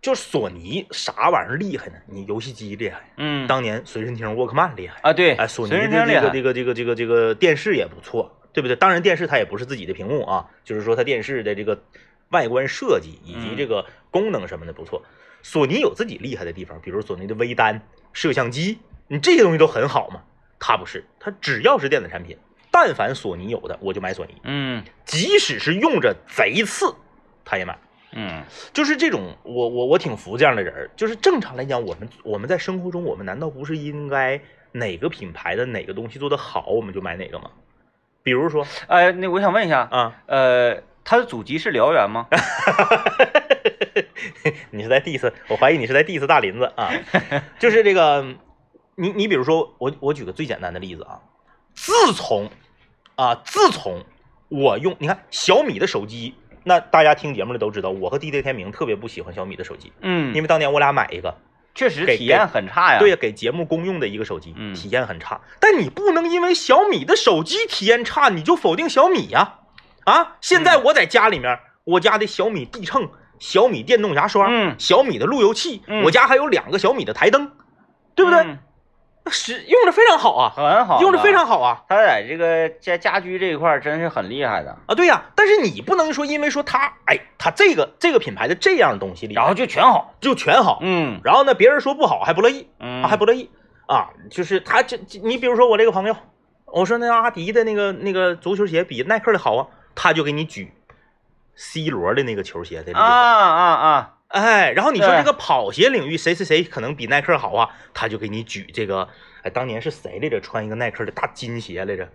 B: 就是索尼啥玩意儿厉害呢？你游戏机厉害，
A: 嗯，
B: 当年随身听沃克曼厉害，
A: 啊对，
B: 哎，索尼
A: 随
B: 的
A: 身听厉
B: 这个
A: 害
B: 这个这个这个这个电视也不错，对不对？当然电视它也不是自己的屏幕啊，就是说它电视的这个外观设计以及
A: 嗯
B: 这个功能什么的不错。索尼有自己厉害的地方，比如索尼的微单、摄像机，你这些东西都很好嘛。它不是，它只要是电子产品，但凡索尼有的我就买索尼，
A: 嗯
B: 即使是用着贼次，它也买。
A: 嗯
B: 就是这种，我我我挺服这样的人儿。就是正常来讲，我们我们在生活中，我们难道不是应该哪个品牌的哪个东西做的好，我们就买哪个吗？比如说
A: 哎，那我想问一下，
B: 啊， (laughs) 哎
A: 呃，它的主机是燎原吗？
B: 你是在 diss，我怀疑你是在 diss 大林子啊。就是这个，你你比如说，我我举个最简单的例子啊，自从啊，自从我用你看小米的手机，那大家听节目的都知道，我和 DJ 天明特别不喜欢小米的手机，
A: 嗯
B: 因为当年我俩买一个，
A: 确实
B: 给
A: 体验很差呀。
B: 对呀，给节目公用的一个手机，
A: 嗯
B: 体验很差。但你不能因为小米的手机体验差，你就否定小米呀、啊！现
A: 嗯
B: 在我在家里面，我家的小米地秤、小米电动牙刷、
A: 嗯
B: 小米的路由器，
A: 嗯
B: 我家还有两个小米的台灯，对不对？
A: 嗯
B: 那使用着非常好啊，
A: 很好，
B: 用着非。常好啊。
A: 他在这个家家居这一块儿真是很厉害的，
B: 啊，对呀、但是你不能说因为说它，哎，它这个这个品牌的这样的东西里，
A: 然后就全好。
B: 就全好，
A: 嗯
B: 然后呢，别人说不好还不乐意，
A: 嗯，
B: 啊啊，还不乐意啊，就是他这这你比如说我这个朋友，我说那阿迪的那个那个足球鞋比耐克的好啊，他就给你举 C 罗的那个球鞋的例子，
A: 啊啊啊！
B: 哎，然后你说
A: 对
B: 这个跑鞋领域谁谁谁可能比耐克好啊，他就给你举这个，哎，当年是谁来着穿一个耐克的大金鞋来着，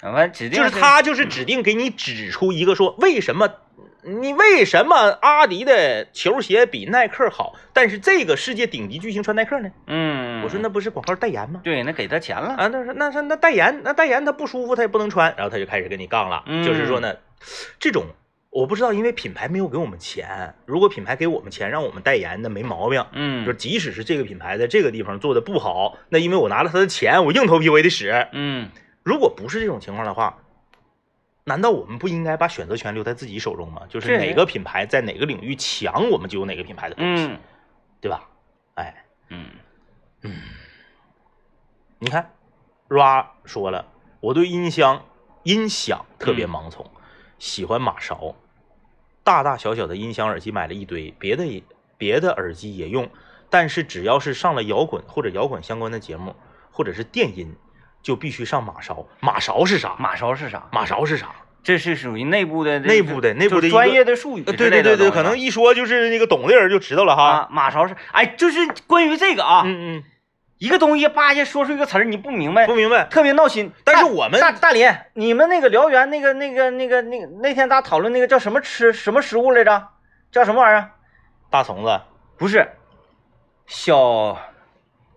A: 反正指定
B: 就是他就是指定给你指出一个说为什么。你为什么阿迪的球鞋比耐克好？但是这个世界顶级巨星穿耐克呢？
A: 嗯，
B: 我说那不是广告代言吗？
A: 对，那给他钱了。
B: 啊，那是那是那代言，那代言他不舒服，他也不能穿，嗯然后他就开始跟你杠了，就是说呢，这种我不知道，因为品牌没有给我们钱，如果品牌给我们钱让我们代言，那没毛病。
A: 嗯，
B: 就即使是这个品牌在这个地方做的不好，那因为我拿了他的钱，我硬头皮我也得使。
A: 嗯，
B: 如果不是这种情况的话，难道我们不应该把选择权留在自己手中吗？就是
A: 是
B: 哪个品牌在哪个领域强，我们就有哪个品牌的东西，
A: 嗯
B: 对吧？哎，
A: 嗯
B: 你看，ra 说了，我对音箱、音响特别盲从，喜欢马勺，大大小小的音箱、耳机买了一堆，别的也别的耳机也用，但是只要是上了摇滚或者摇滚相关的节目，或者是电音，就必须上马勺。马勺是啥？
A: 马勺是啥？
B: 马勺是啥？
A: 这是属于内部的这
B: 内部的内部的
A: 就
B: 一个
A: 专业的术语之
B: 呃，
A: 类的东西
B: 对对
A: 吧。
B: 对对，可能一说就是那个懂的人就知道了哈。
A: 啊，马勺是哎，就是关于这个啊，
B: 嗯嗯，
A: 一个东西叭一下说出一个词儿，你不明白
B: 不，明白。
A: 特别闹心。
B: 但是
A: 大
B: 我们
A: 大大林，你们那个辽源那个那个那个那个那天咱讨论那个叫什么吃什么食物来着？叫什么玩意儿？啊
B: 大虫子，
A: 不是，小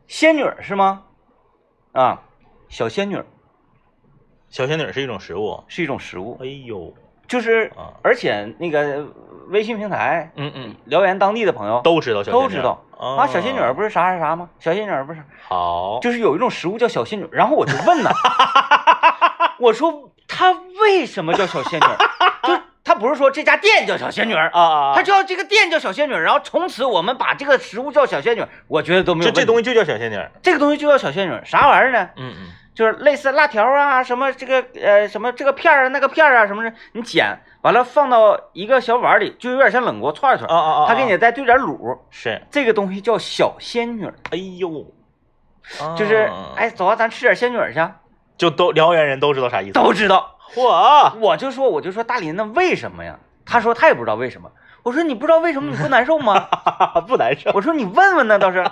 A: 仙女儿是吗？啊，小仙女儿
B: 小仙女是一种食物。
A: 是一种食物，
B: 哎呦，
A: 就是
B: 啊，
A: 而且那个微信平台
B: 嗯嗯，
A: 辽源当地的朋友
B: 都知道小仙女，
A: 都知道啊，
B: 啊，
A: 小仙女儿不是啥啥啥吗？小仙女儿不是，
B: 好，
A: 就是有一种食物叫小仙女儿，然后我就问呢，
B: (laughs)
A: 我说它为什么叫小仙女儿？就是它不是说这家店叫小仙女儿，
B: 啊啊
A: 它
B: 啊，
A: 叫这个店叫小仙女儿，然后从此我们把这个食物叫小仙女儿，我觉得都没有
B: 这
A: 问题。
B: 这东西就叫小仙女儿，
A: 这个东西就叫小仙女儿，啥玩意儿呢？
B: 嗯嗯，
A: 就是类似辣条啊，什么这个呃什么这个片儿啊那个片儿啊什么的，你剪完了放到一个小碗里，就有点像冷锅串串
B: 啊，啊啊，
A: 它给你再兑点卤，
B: 是，
A: 这个东西叫小仙女儿，
B: 哎呦，
A: 就是
B: 啊，
A: 哎走啊，咱吃点仙女儿去啊，
B: 就都辽源人都知道啥意思，
A: 都知道。 (laughs)
B: 嚯，
A: 我就说，我就说大林，那为什么呀？他说他也不知道为什么。我说你不知道为什么你不难受吗？
B: 不难受，
A: 我说你问问呢倒是。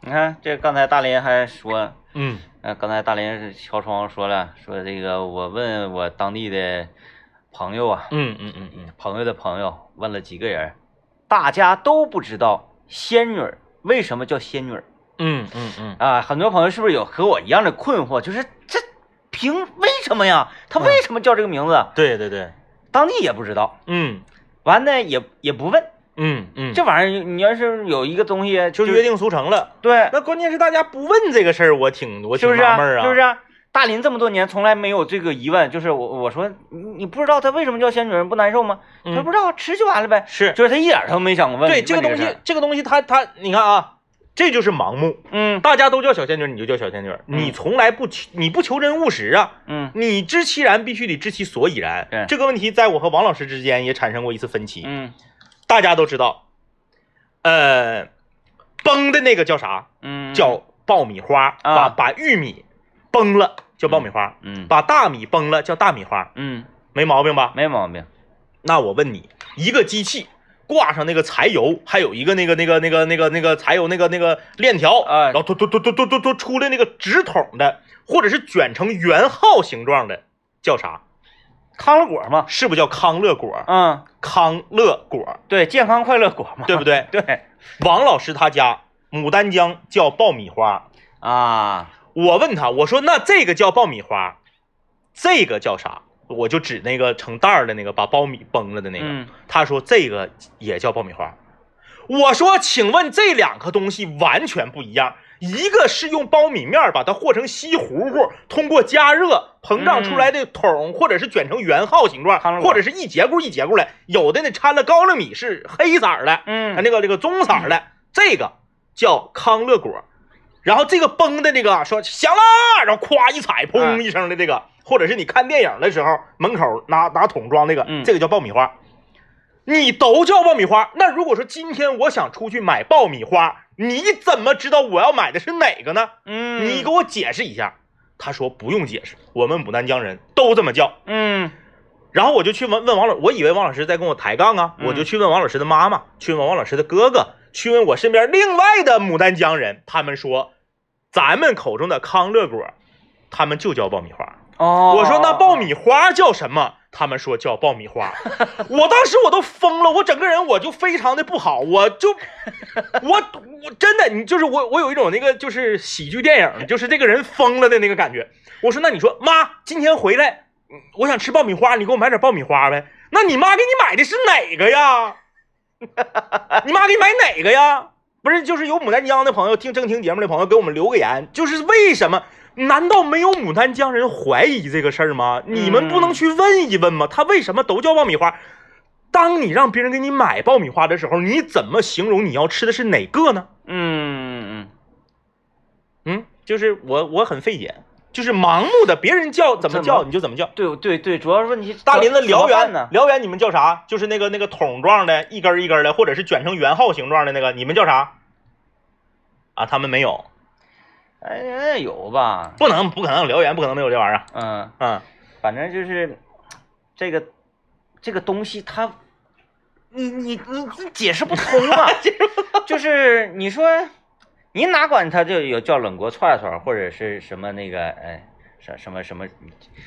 A: 你看这刚才大林还说，
B: 嗯，
A: 呃，刚才大林是敲窗户说了，说这个我问我当地的朋友啊，
B: 嗯嗯嗯嗯，
A: 朋友的朋友问了几个人，大家都不知道仙女儿为什么叫仙女儿
B: 嗯嗯嗯，
A: 啊？很多朋友是不是有和我一样的困惑？就是这凭为什么呀？他
B: 嗯
A: 为什么叫这个名字？
B: 对对对，
A: 当地也不知道。
B: 嗯
A: 完呢也也不问，
B: 嗯嗯，
A: 这玩意儿你要是有一个东西
B: 就是约定俗成了。
A: 对，
B: 那关键是大家不问这个事儿，我挺我
A: 是
B: 挺
A: 不是
B: 纳闷儿啊，
A: 是不是？大林这么多年从来没有这个疑问，就是我我说你你不知道他为什么叫仙女儿不难受吗？他说
B: 嗯
A: 不知道吃就完了呗，
B: 是，
A: 就是他一点儿都没想过问。
B: 对
A: 问
B: 这个东
A: 事
B: 西
A: 儿，
B: 这个东西它它，你看啊，这就是盲目，
A: 嗯
B: 大家都叫小仙女，你就叫小仙女，你从来不求你不求真务实啊，
A: 嗯
B: 你知其然必须得知其所以
A: 对
B: 然。这个问题在我和王老师之间也产生过一次分歧。
A: 嗯
B: 大家都知道，呃，崩的那个叫啥？
A: 嗯，
B: 叫爆米花，
A: 啊
B: 把把玉米崩了叫爆米花，
A: 嗯
B: 把大米崩了叫大米花，
A: 嗯
B: 没毛病吧？
A: 没毛病，
B: 那我问你，一个机器。挂上那个柴油，还有一个那个那个那个那个那个柴油那个那个链条，
A: 哎
B: 然后突突突突突突突出来那个直筒的，或者是卷成圆号形状的，叫啥？
A: 康乐果嘛，
B: 是不是叫康乐果？
A: 嗯，
B: 康乐果，
A: 对，健康快乐果嘛，
B: 对不
A: (laughs)
B: 对？
A: 对
B: 王老师他家牡丹江叫爆米花，
A: 啊，
B: 我问他，我说那这个叫爆米花，这个叫啥？我就指那个成袋儿的那个把苞米崩了的那个，
A: 嗯
B: 他说这个也叫爆米花。我说，请问这两个东西完全不一样，一个是用苞米面儿把它和成西糊糊，通过加热膨胀出来的筒，或者是卷成圆号形状
A: 汤，圆
B: 或者是一节棍一节棍的，有的呢掺了高粱米是黑色儿的，它
A: 嗯，
B: 那个这个棕色儿的，这个叫康乐果。然后这个崩的这个说响了，然后咵一踩，
A: 哎
B: 砰一声的这个，或者是你看电影的时候门口拿拿桶装那个
A: 嗯，
B: 这个叫爆米花。你都叫爆米花，那如果说今天我想出去买爆米花，你怎么知道我要买的是哪个呢？
A: 嗯，
B: 你给我解释一下。他说不用解释，我们牡丹江人都这么叫。
A: 嗯
B: 然后我就去问问王老，我以为王老师在跟我抬杠啊，
A: 嗯
B: 我就去问王老师的妈妈，去问王老师的哥哥，去问我身边另外的牡丹江人，他们说，咱们口中的康乐果，他们就叫爆米花。
A: 哦，
B: 我说那爆米花叫什么？他们说叫爆米花。 (laughs) 我当时我都疯了，我整个人我就非常的不好，我就我我真的你就是我我有一种那个就是喜剧电影，就是这个人疯了的那个感觉。我说那你说妈今天回来，嗯我想吃爆米花，你给我买点爆米花呗。那你妈给你买的是哪个呀？ (laughs) 你妈给你买哪个呀？不是，就是有牡丹江的朋友听正听节目的朋友给我们留个言，就是为什么？难道没有牡丹江人怀疑这个事儿吗？你们不能去问一问吗？他为什么都叫爆米花？当你让别人给你买爆米花的时候，你怎么形容你要吃的是哪个呢？
A: 嗯，嗯
B: 嗯，就是我我很费解，就是盲目的别人叫怎么
A: 怎
B: 叫
A: 么
B: 你就怎么叫。
A: 对对对，主要是问题
B: 大林子
A: 怎么
B: 辽
A: 办
B: 源
A: 呢？
B: 辽源你们叫啥？就是那个那个桶状的，一根儿一根儿的，或者是卷成圆号形状的那个，你们叫啥？啊，他们没有，
A: 哎，那有吧？
B: 不能不可能，辽源不可能没有这玩意儿。
A: 嗯，
B: 嗯
A: 反正就是这个这个东西它，你你你你解释不通
B: (laughs)
A: 啊，就是你说你哪管它就有叫冷锅串串或者是什么那个哎什什么什么，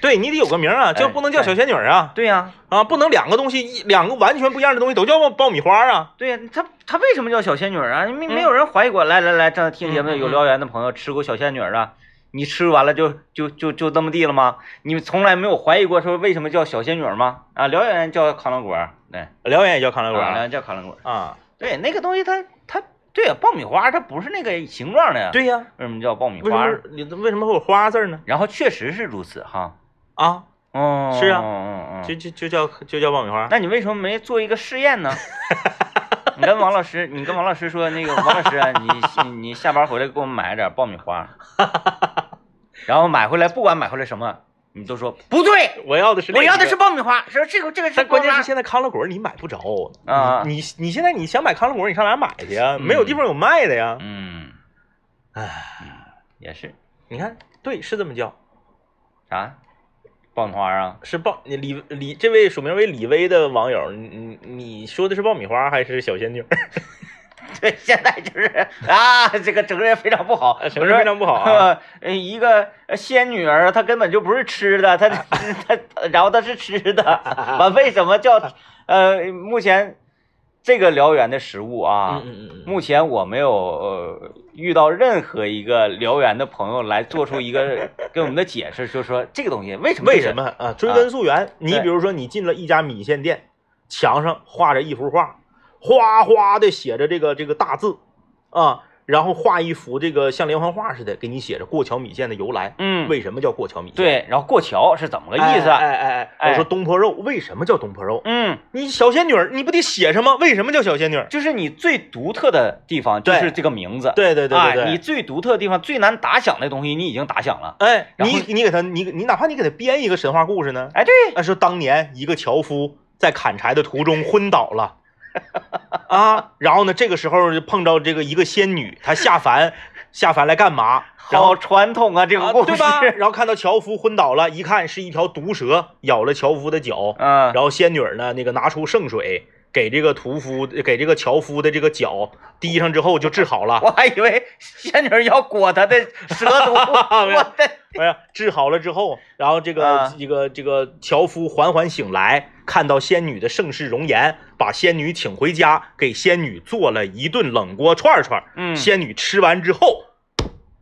B: 对你得有个名儿啊，就
A: 哎
B: 不能叫
A: 对
B: 小仙女儿啊。
A: 对呀、
B: 啊，不能两个东西一两个完全不一样的东西都叫爆爆米花啊！
A: 对呀、它它为什么叫小仙女儿啊？没
B: 嗯
A: 没有人怀疑过。来来来，正在听节目的
B: 嗯嗯
A: 有燎原的朋友吃过小仙女儿啊？你吃完了就就就就这么地了吗？你们从来没有怀疑过说为什么叫小仙女儿吗？啊，燎原叫康乐果儿，对，
B: 辽源也叫康乐
A: 啊
B: 果
A: 燎
B: 啊
A: 原叫康乐果儿。
B: 啊，
A: 对，那个东西它它对啊爆米花它不是那个形状的呀，，
B: 对呀、
A: 为什么叫爆米
B: 为什
A: 花？
B: 么你为什么会有花字儿呢？
A: 然后确实是如此哈，
B: 啊，
A: 哦，
B: 是啊
A: 嗯嗯
B: 就
A: 嗯，
B: 就就叫就叫爆米花。
A: 那你为什么没做一个试验呢？ (laughs) 你跟王老师，你跟王老师说那个王老师 (laughs) 啊，你你你下班回来给我们买点爆米花，然后买回来不管买回来什么，你都说不对，
B: 我要的是
A: 我
B: 另
A: 要
B: 一
A: 的
B: 个
A: 是，爆米花，说这个这个是
B: (laughs) 但
A: 爆
B: 关
A: 米
B: 键
A: (laughs) 花
B: 是现在康乐果你买不着
A: 啊
B: 你你你现在你想买康乐果，你上哪儿买去呀？
A: 嗯
B: 没有地方有卖的呀。
A: 嗯，
B: 唉，
A: 也是
B: 你看，对，是这么叫，
A: 啥爆米花啊？
B: 是爆你李李这位署名为李威的网友，你你你说的是爆米花还是小仙女？
A: (laughs)
B: (laughs)
A: 对，现在就是啊，这个整个人非常不好，
B: 整个人非常不好啊
A: 呃，呃一个呃仙女儿，她根本就不是吃
B: (laughs)
A: 的，她她她然后她是吃的，完为什么叫呃？目前这个燎原的食物 (laughs) 啊，
B: 嗯嗯嗯
A: 目前我没有呃遇到任何一个燎原的朋友来做出一
B: (laughs)
A: 个给我们的解释，就是说这个东西为什么
B: 为
A: 就是
B: 什么啊？追根溯源，你
A: 对
B: 比如说你进了一家米线店，墙上画着一幅画，哗哗的写着这个这个大字啊，然后画一幅这个像连环画似的，给你写着过桥米线的由来。
A: 嗯
B: 为什么叫过桥米线？
A: 对，然后过桥是怎么个
B: 哎，
A: 意思？
B: 哎哎哎，
A: 哎
B: 我说东坡肉为什么叫东坡肉？
A: 嗯。
B: 你小仙女儿，你不得写上吗？为什么叫小仙女儿？
A: 就是你最独特的地方就是
B: 对
A: 这个名字，
B: 对对对对对，
A: 哎，你最独特的地方、最难打响的东西，你已经打响了。
B: 哎，
A: 然后
B: 你你给他，你你哪怕你给他编一个神话故事呢？
A: 哎，对，
B: 那说当年一个樵夫在砍柴的途中昏倒了，啊，然后呢，这个时候就碰着这个一个仙女，她下凡，下凡来干嘛？然后
A: 好传统啊，这个
B: 啊
A: 故事，
B: 对吧？ (laughs) 然后看到樵夫昏倒了，一看是一条毒蛇咬了樵夫的脚，
A: (laughs) 嗯，
B: 然后仙女儿呢，那个拿出圣水给这个屠夫，给这个樵夫的这个脚滴上之后就治好了。 (laughs)
A: 我还以为仙女儿要裹她的蛇毒， (laughs)
B: 没有
A: 我的，
B: (laughs) 哎呀，治好了之后，然后这个、
A: 啊
B: 这个这个樵夫缓缓醒来，看到仙女的盛世容颜，把仙女请回家，给仙女做了一顿冷锅串串。
A: 嗯
B: 仙女吃完之后，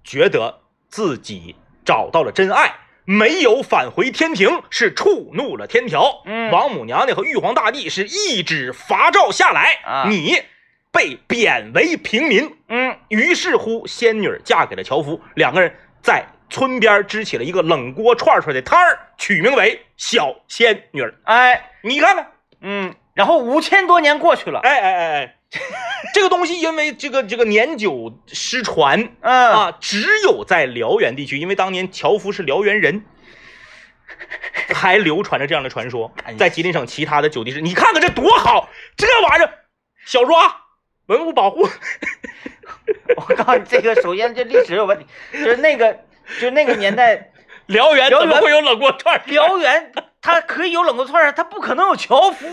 B: 觉得自己找到了真爱，没有返回天庭，是触怒了天条。
A: 嗯
B: 王母娘娘和玉皇大帝是一指罚诏下来，
A: 啊
B: 你被贬为平民。
A: 嗯，
B: 于是乎，仙女嫁给了樵夫，两个人在村边支起了一个冷锅串串的摊儿，取名为小仙女儿。
A: 哎，
B: 你看看，
A: 嗯，然后五千多年过去了，
B: 哎哎哎 (laughs) 哎，这个东西因为这个这个年久失传
A: 嗯，
B: 啊，只有在辽源地区，因为当年樵夫是辽源人。还流传着这样的传说，在吉林省其他的九地市，你看看这多好，这玩意儿，小抓文物保护，
A: 我告诉你，这个首先这历史有问题，就是那个就是那个年代，
B: 辽源怎么会有冷锅串儿？
A: 辽源它可以有冷锅串儿，它不可能有樵夫，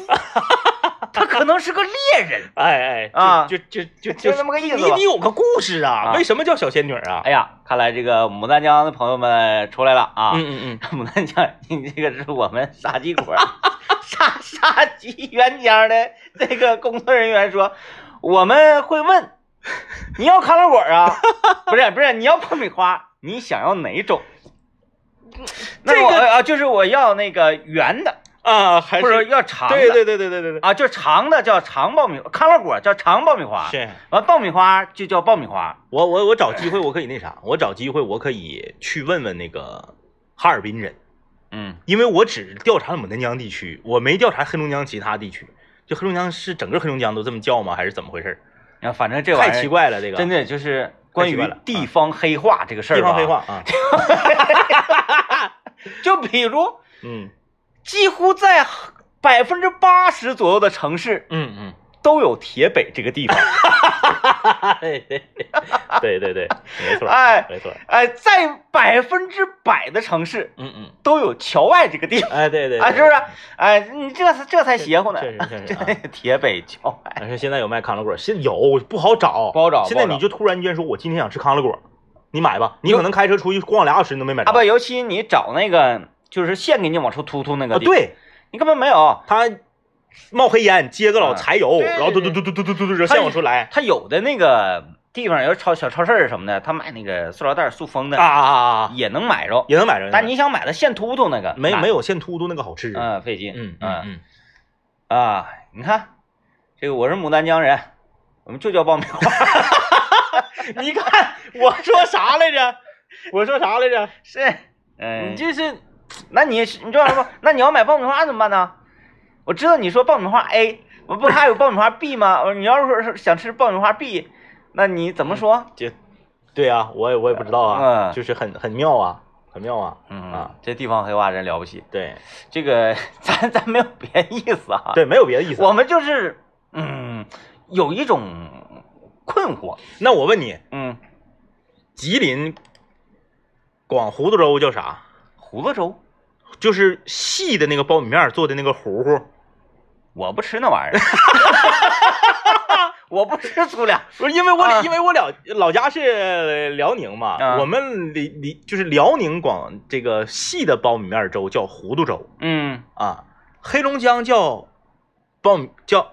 A: 它可能是个猎人。
B: 哎哎
A: 啊
B: 就就
A: 就
B: 就就
A: 这么个意思
B: 你
A: 吧
B: 你有个故事啊？
A: 啊
B: 为什么叫小仙女啊？
A: 哎呀，看来这个牡丹江的朋友们出来了啊！
B: 嗯嗯嗯，
A: (laughs) 牡丹江，你这个是我们杀鸡馆儿 (laughs) 杀杀鸡援疆的这个工作人员说，我们会问
B: (laughs)
A: 你要康乐果儿啊，不是不是，你要爆米花，你想要哪
B: (laughs)
A: 种？那我
B: 这
A: 啊，就是我要那个圆的，
B: 啊，还
A: 哎或者
B: 是
A: 要长的，
B: 对对对对对对对，
A: 啊，就是长的叫长爆米，康乐果儿叫长爆米花，
B: 是
A: 完爆米花就叫爆米花。
B: 我我我找机会我可以那啥，我找机会我可以去问问那个哈尔滨人，
A: 嗯
B: 因为我只调查了牡丹江地区，我没调查黑龙江其他地区。就黑龙江是整个黑龙江都这么叫吗？还是怎么回事？
A: 啊，反正这玩意
B: 太
A: 儿
B: 奇怪了，这个
A: 真
B: 的
A: 的就是关
B: 太奇怪
A: 于
B: 了啊
A: 地方黑化这个事儿
B: 地
A: 吧
B: 方黑话，
A: (laughs)
B: 啊，
A: 就比如
B: 嗯
A: 几乎在百分之八十左右的城市
B: 嗯嗯，
A: 都有铁北这个地
B: (laughs)
A: 方。
B: 对对对对对，没错，
A: 嗯哎
B: 没错，
A: 哎，在百分之百的城市
B: 嗯嗯，都
A: 都有桥外这个地方。
B: 哎对对
A: 啊，
B: 对
A: 是不是？哎，你这才这才邪乎呢！
B: 确实
A: (laughs)
B: 确实啊
A: 铁北桥外，
B: 但是现在有卖康乐果，现有不好找，
A: 不好找
B: 现在
A: 不好
B: 你
A: 找
B: 就突然间说，我今天想吃康乐果，你买吧，你
A: 有
B: 可能开车出去逛俩小时你都没买着。
A: 啊不，尤其你找那个就是现给你往出突突那
B: 啊
A: 个地方，
B: 对
A: 你根本没有。
B: 他冒黑烟，接个老
A: 啊
B: 柴油，
A: 对对
B: 然后嘟嘟
A: 对
B: 嘟嘟嘟嘟嘟嘟嘟，再往出来
A: 它有的那个地方，有超小超市儿什么的，他卖那个塑料袋儿塑封
B: 啊
A: 的，
B: 啊啊啊，
A: 也能买着。
B: 也能买着。
A: 但你想买它现突突那个，
B: 没
A: 那
B: 没有现突突那个好吃。
A: 嗯、费劲。
B: 嗯
A: 嗯
B: 嗯
A: 啊，你看，这个我是牡丹江人，我们就叫爆米花。
B: 嗯，你看我说啥来着？我说啥来着？
A: (laughs) 是，嗯，
B: 你这是
A: 那你是你知道什么？那你要买爆米花怎么办呢？我知道你说爆米花 A，我不还有爆米花 B 吗？我说你要是想吃爆米花 B，那你怎么说？
B: 这对啊，我也我也不知道啊，
A: 嗯
B: 就是很很妙啊，很妙啊。
A: 嗯
B: 啊，
A: 这地方黑话真了不起。
B: 对
A: 这个咱咱没有别的意思啊，
B: 对，没有别的意思。
A: 我们就是嗯，有一种困惑，
B: 那我问你，
A: 嗯，
B: 吉林广糊涂粥叫啥？
A: 胡子粥，
B: 就是细的那个苞米面儿做的那个糊糊，
A: 我不吃那玩
B: (laughs)
A: 意儿，我不吃粗粮。
B: 不是因为我、
A: 啊
B: 因为我了老家是辽宁嘛，
A: 啊
B: 我们离离就是辽宁广这个细的苞米面儿粥叫糊涂粥
A: 嗯
B: 啊，黑龙江叫苞米叫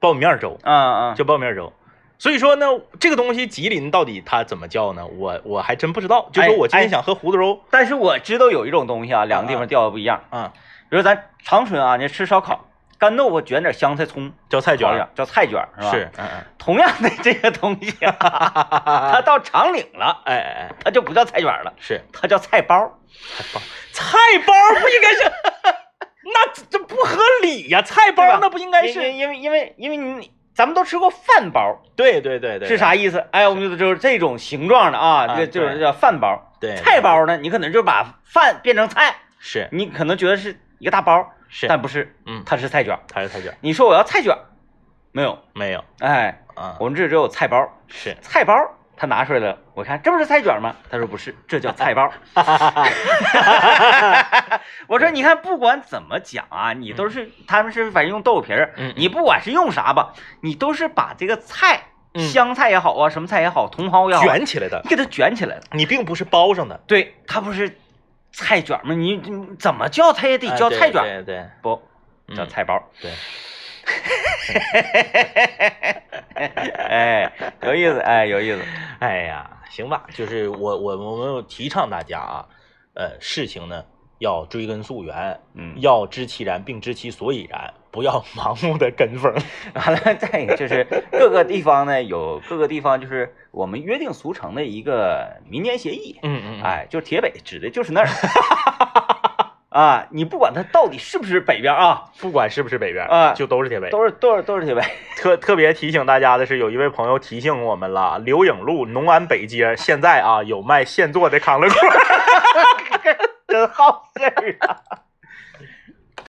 B: 苞米面儿粥，
A: 啊啊，
B: 叫苞米面儿粥。所以说呢，这个东西吉林到底它怎么叫呢？我我还真不知道。就说我今
A: 哎
B: 天想喝糊涂粥，
A: 但是我知道有一种东西啊，两个地方调的不一样。
B: 啊，
A: 比如咱长春啊，你吃烧烤，干豆腐卷点香菜葱，
B: 叫菜卷
A: 卷
B: 儿
A: 点，叫菜卷儿是吧？
B: 是，。嗯 (laughs) 嗯，
A: 同样的这个东西、啊，它到长岭了，
B: 哎哎哎，
A: 它就不叫菜卷儿了，
B: 是。
A: 它叫菜包儿。
B: 菜包不应该是， (laughs) 那这这不合理呀、菜
A: 对吧
B: 包那不应该
A: 因为
B: 是，
A: 因为因为因为你咱们都吃过饭包儿，
B: 对对对对，
A: 是？啥意思？哎，我们就就是这种形状的啊，
B: 啊
A: 这就是
B: 对哎
A: 叫饭包儿。
B: 对对
A: 菜包儿呢，你可能就把饭变成菜，
B: 是
A: 你可能觉得是一个大包儿，
B: 是，
A: 但不是，
B: 嗯，
A: 它是菜卷儿。
B: 还是菜卷
A: 你说我要菜卷儿，没有，
B: 没有
A: 哎，
B: 啊？
A: 我们这只有菜包儿，
B: 是，
A: 菜包儿他拿出来了，我看这不是菜卷儿吗？他说不是，这叫菜包
B: (laughs)
A: 儿。 (laughs)
B: 哈哈哈
A: 我说你看，不管怎么讲啊，你都是他们是反正用豆腐皮儿
B: 嗯嗯嗯，
A: 你不管是用啥吧，你都是把这个菜，
B: 嗯
A: 香菜也好啊，什么菜也好，茼蒿也好，
B: 卷起来的
A: 你，给它卷起来了。
B: 你并不是包上的，
A: 对，它不是菜卷儿吗？你你怎么叫它也得叫菜卷儿，
B: 啊对对
A: 不
B: 嗯
A: 叫菜包儿。
B: 对，
A: (laughs) 哎，有意思，哎，有意思。
B: 哎呀，行吧，就是我我我们提倡大家啊，呃，事情呢要追根溯源，
A: 嗯
B: 要知其然并知其所以然，不要盲目的跟风。
A: 完了，再就是各个地方呢有各个地方就是我们约定俗成的一个民间协议，
B: 嗯嗯哎，
A: 哎，就是铁北指的就是那儿。 (laughs) 啊，你不管它到底是不是北边啊，
B: 不管是不是北边
A: 啊
B: 就都是铁北。
A: 都是都是都是铁北。
B: 特特别提醒大家的是，有一位朋友提醒我们了，刘影路农安北街现在啊有卖现做的康乐锅，
A: 真好事儿啊！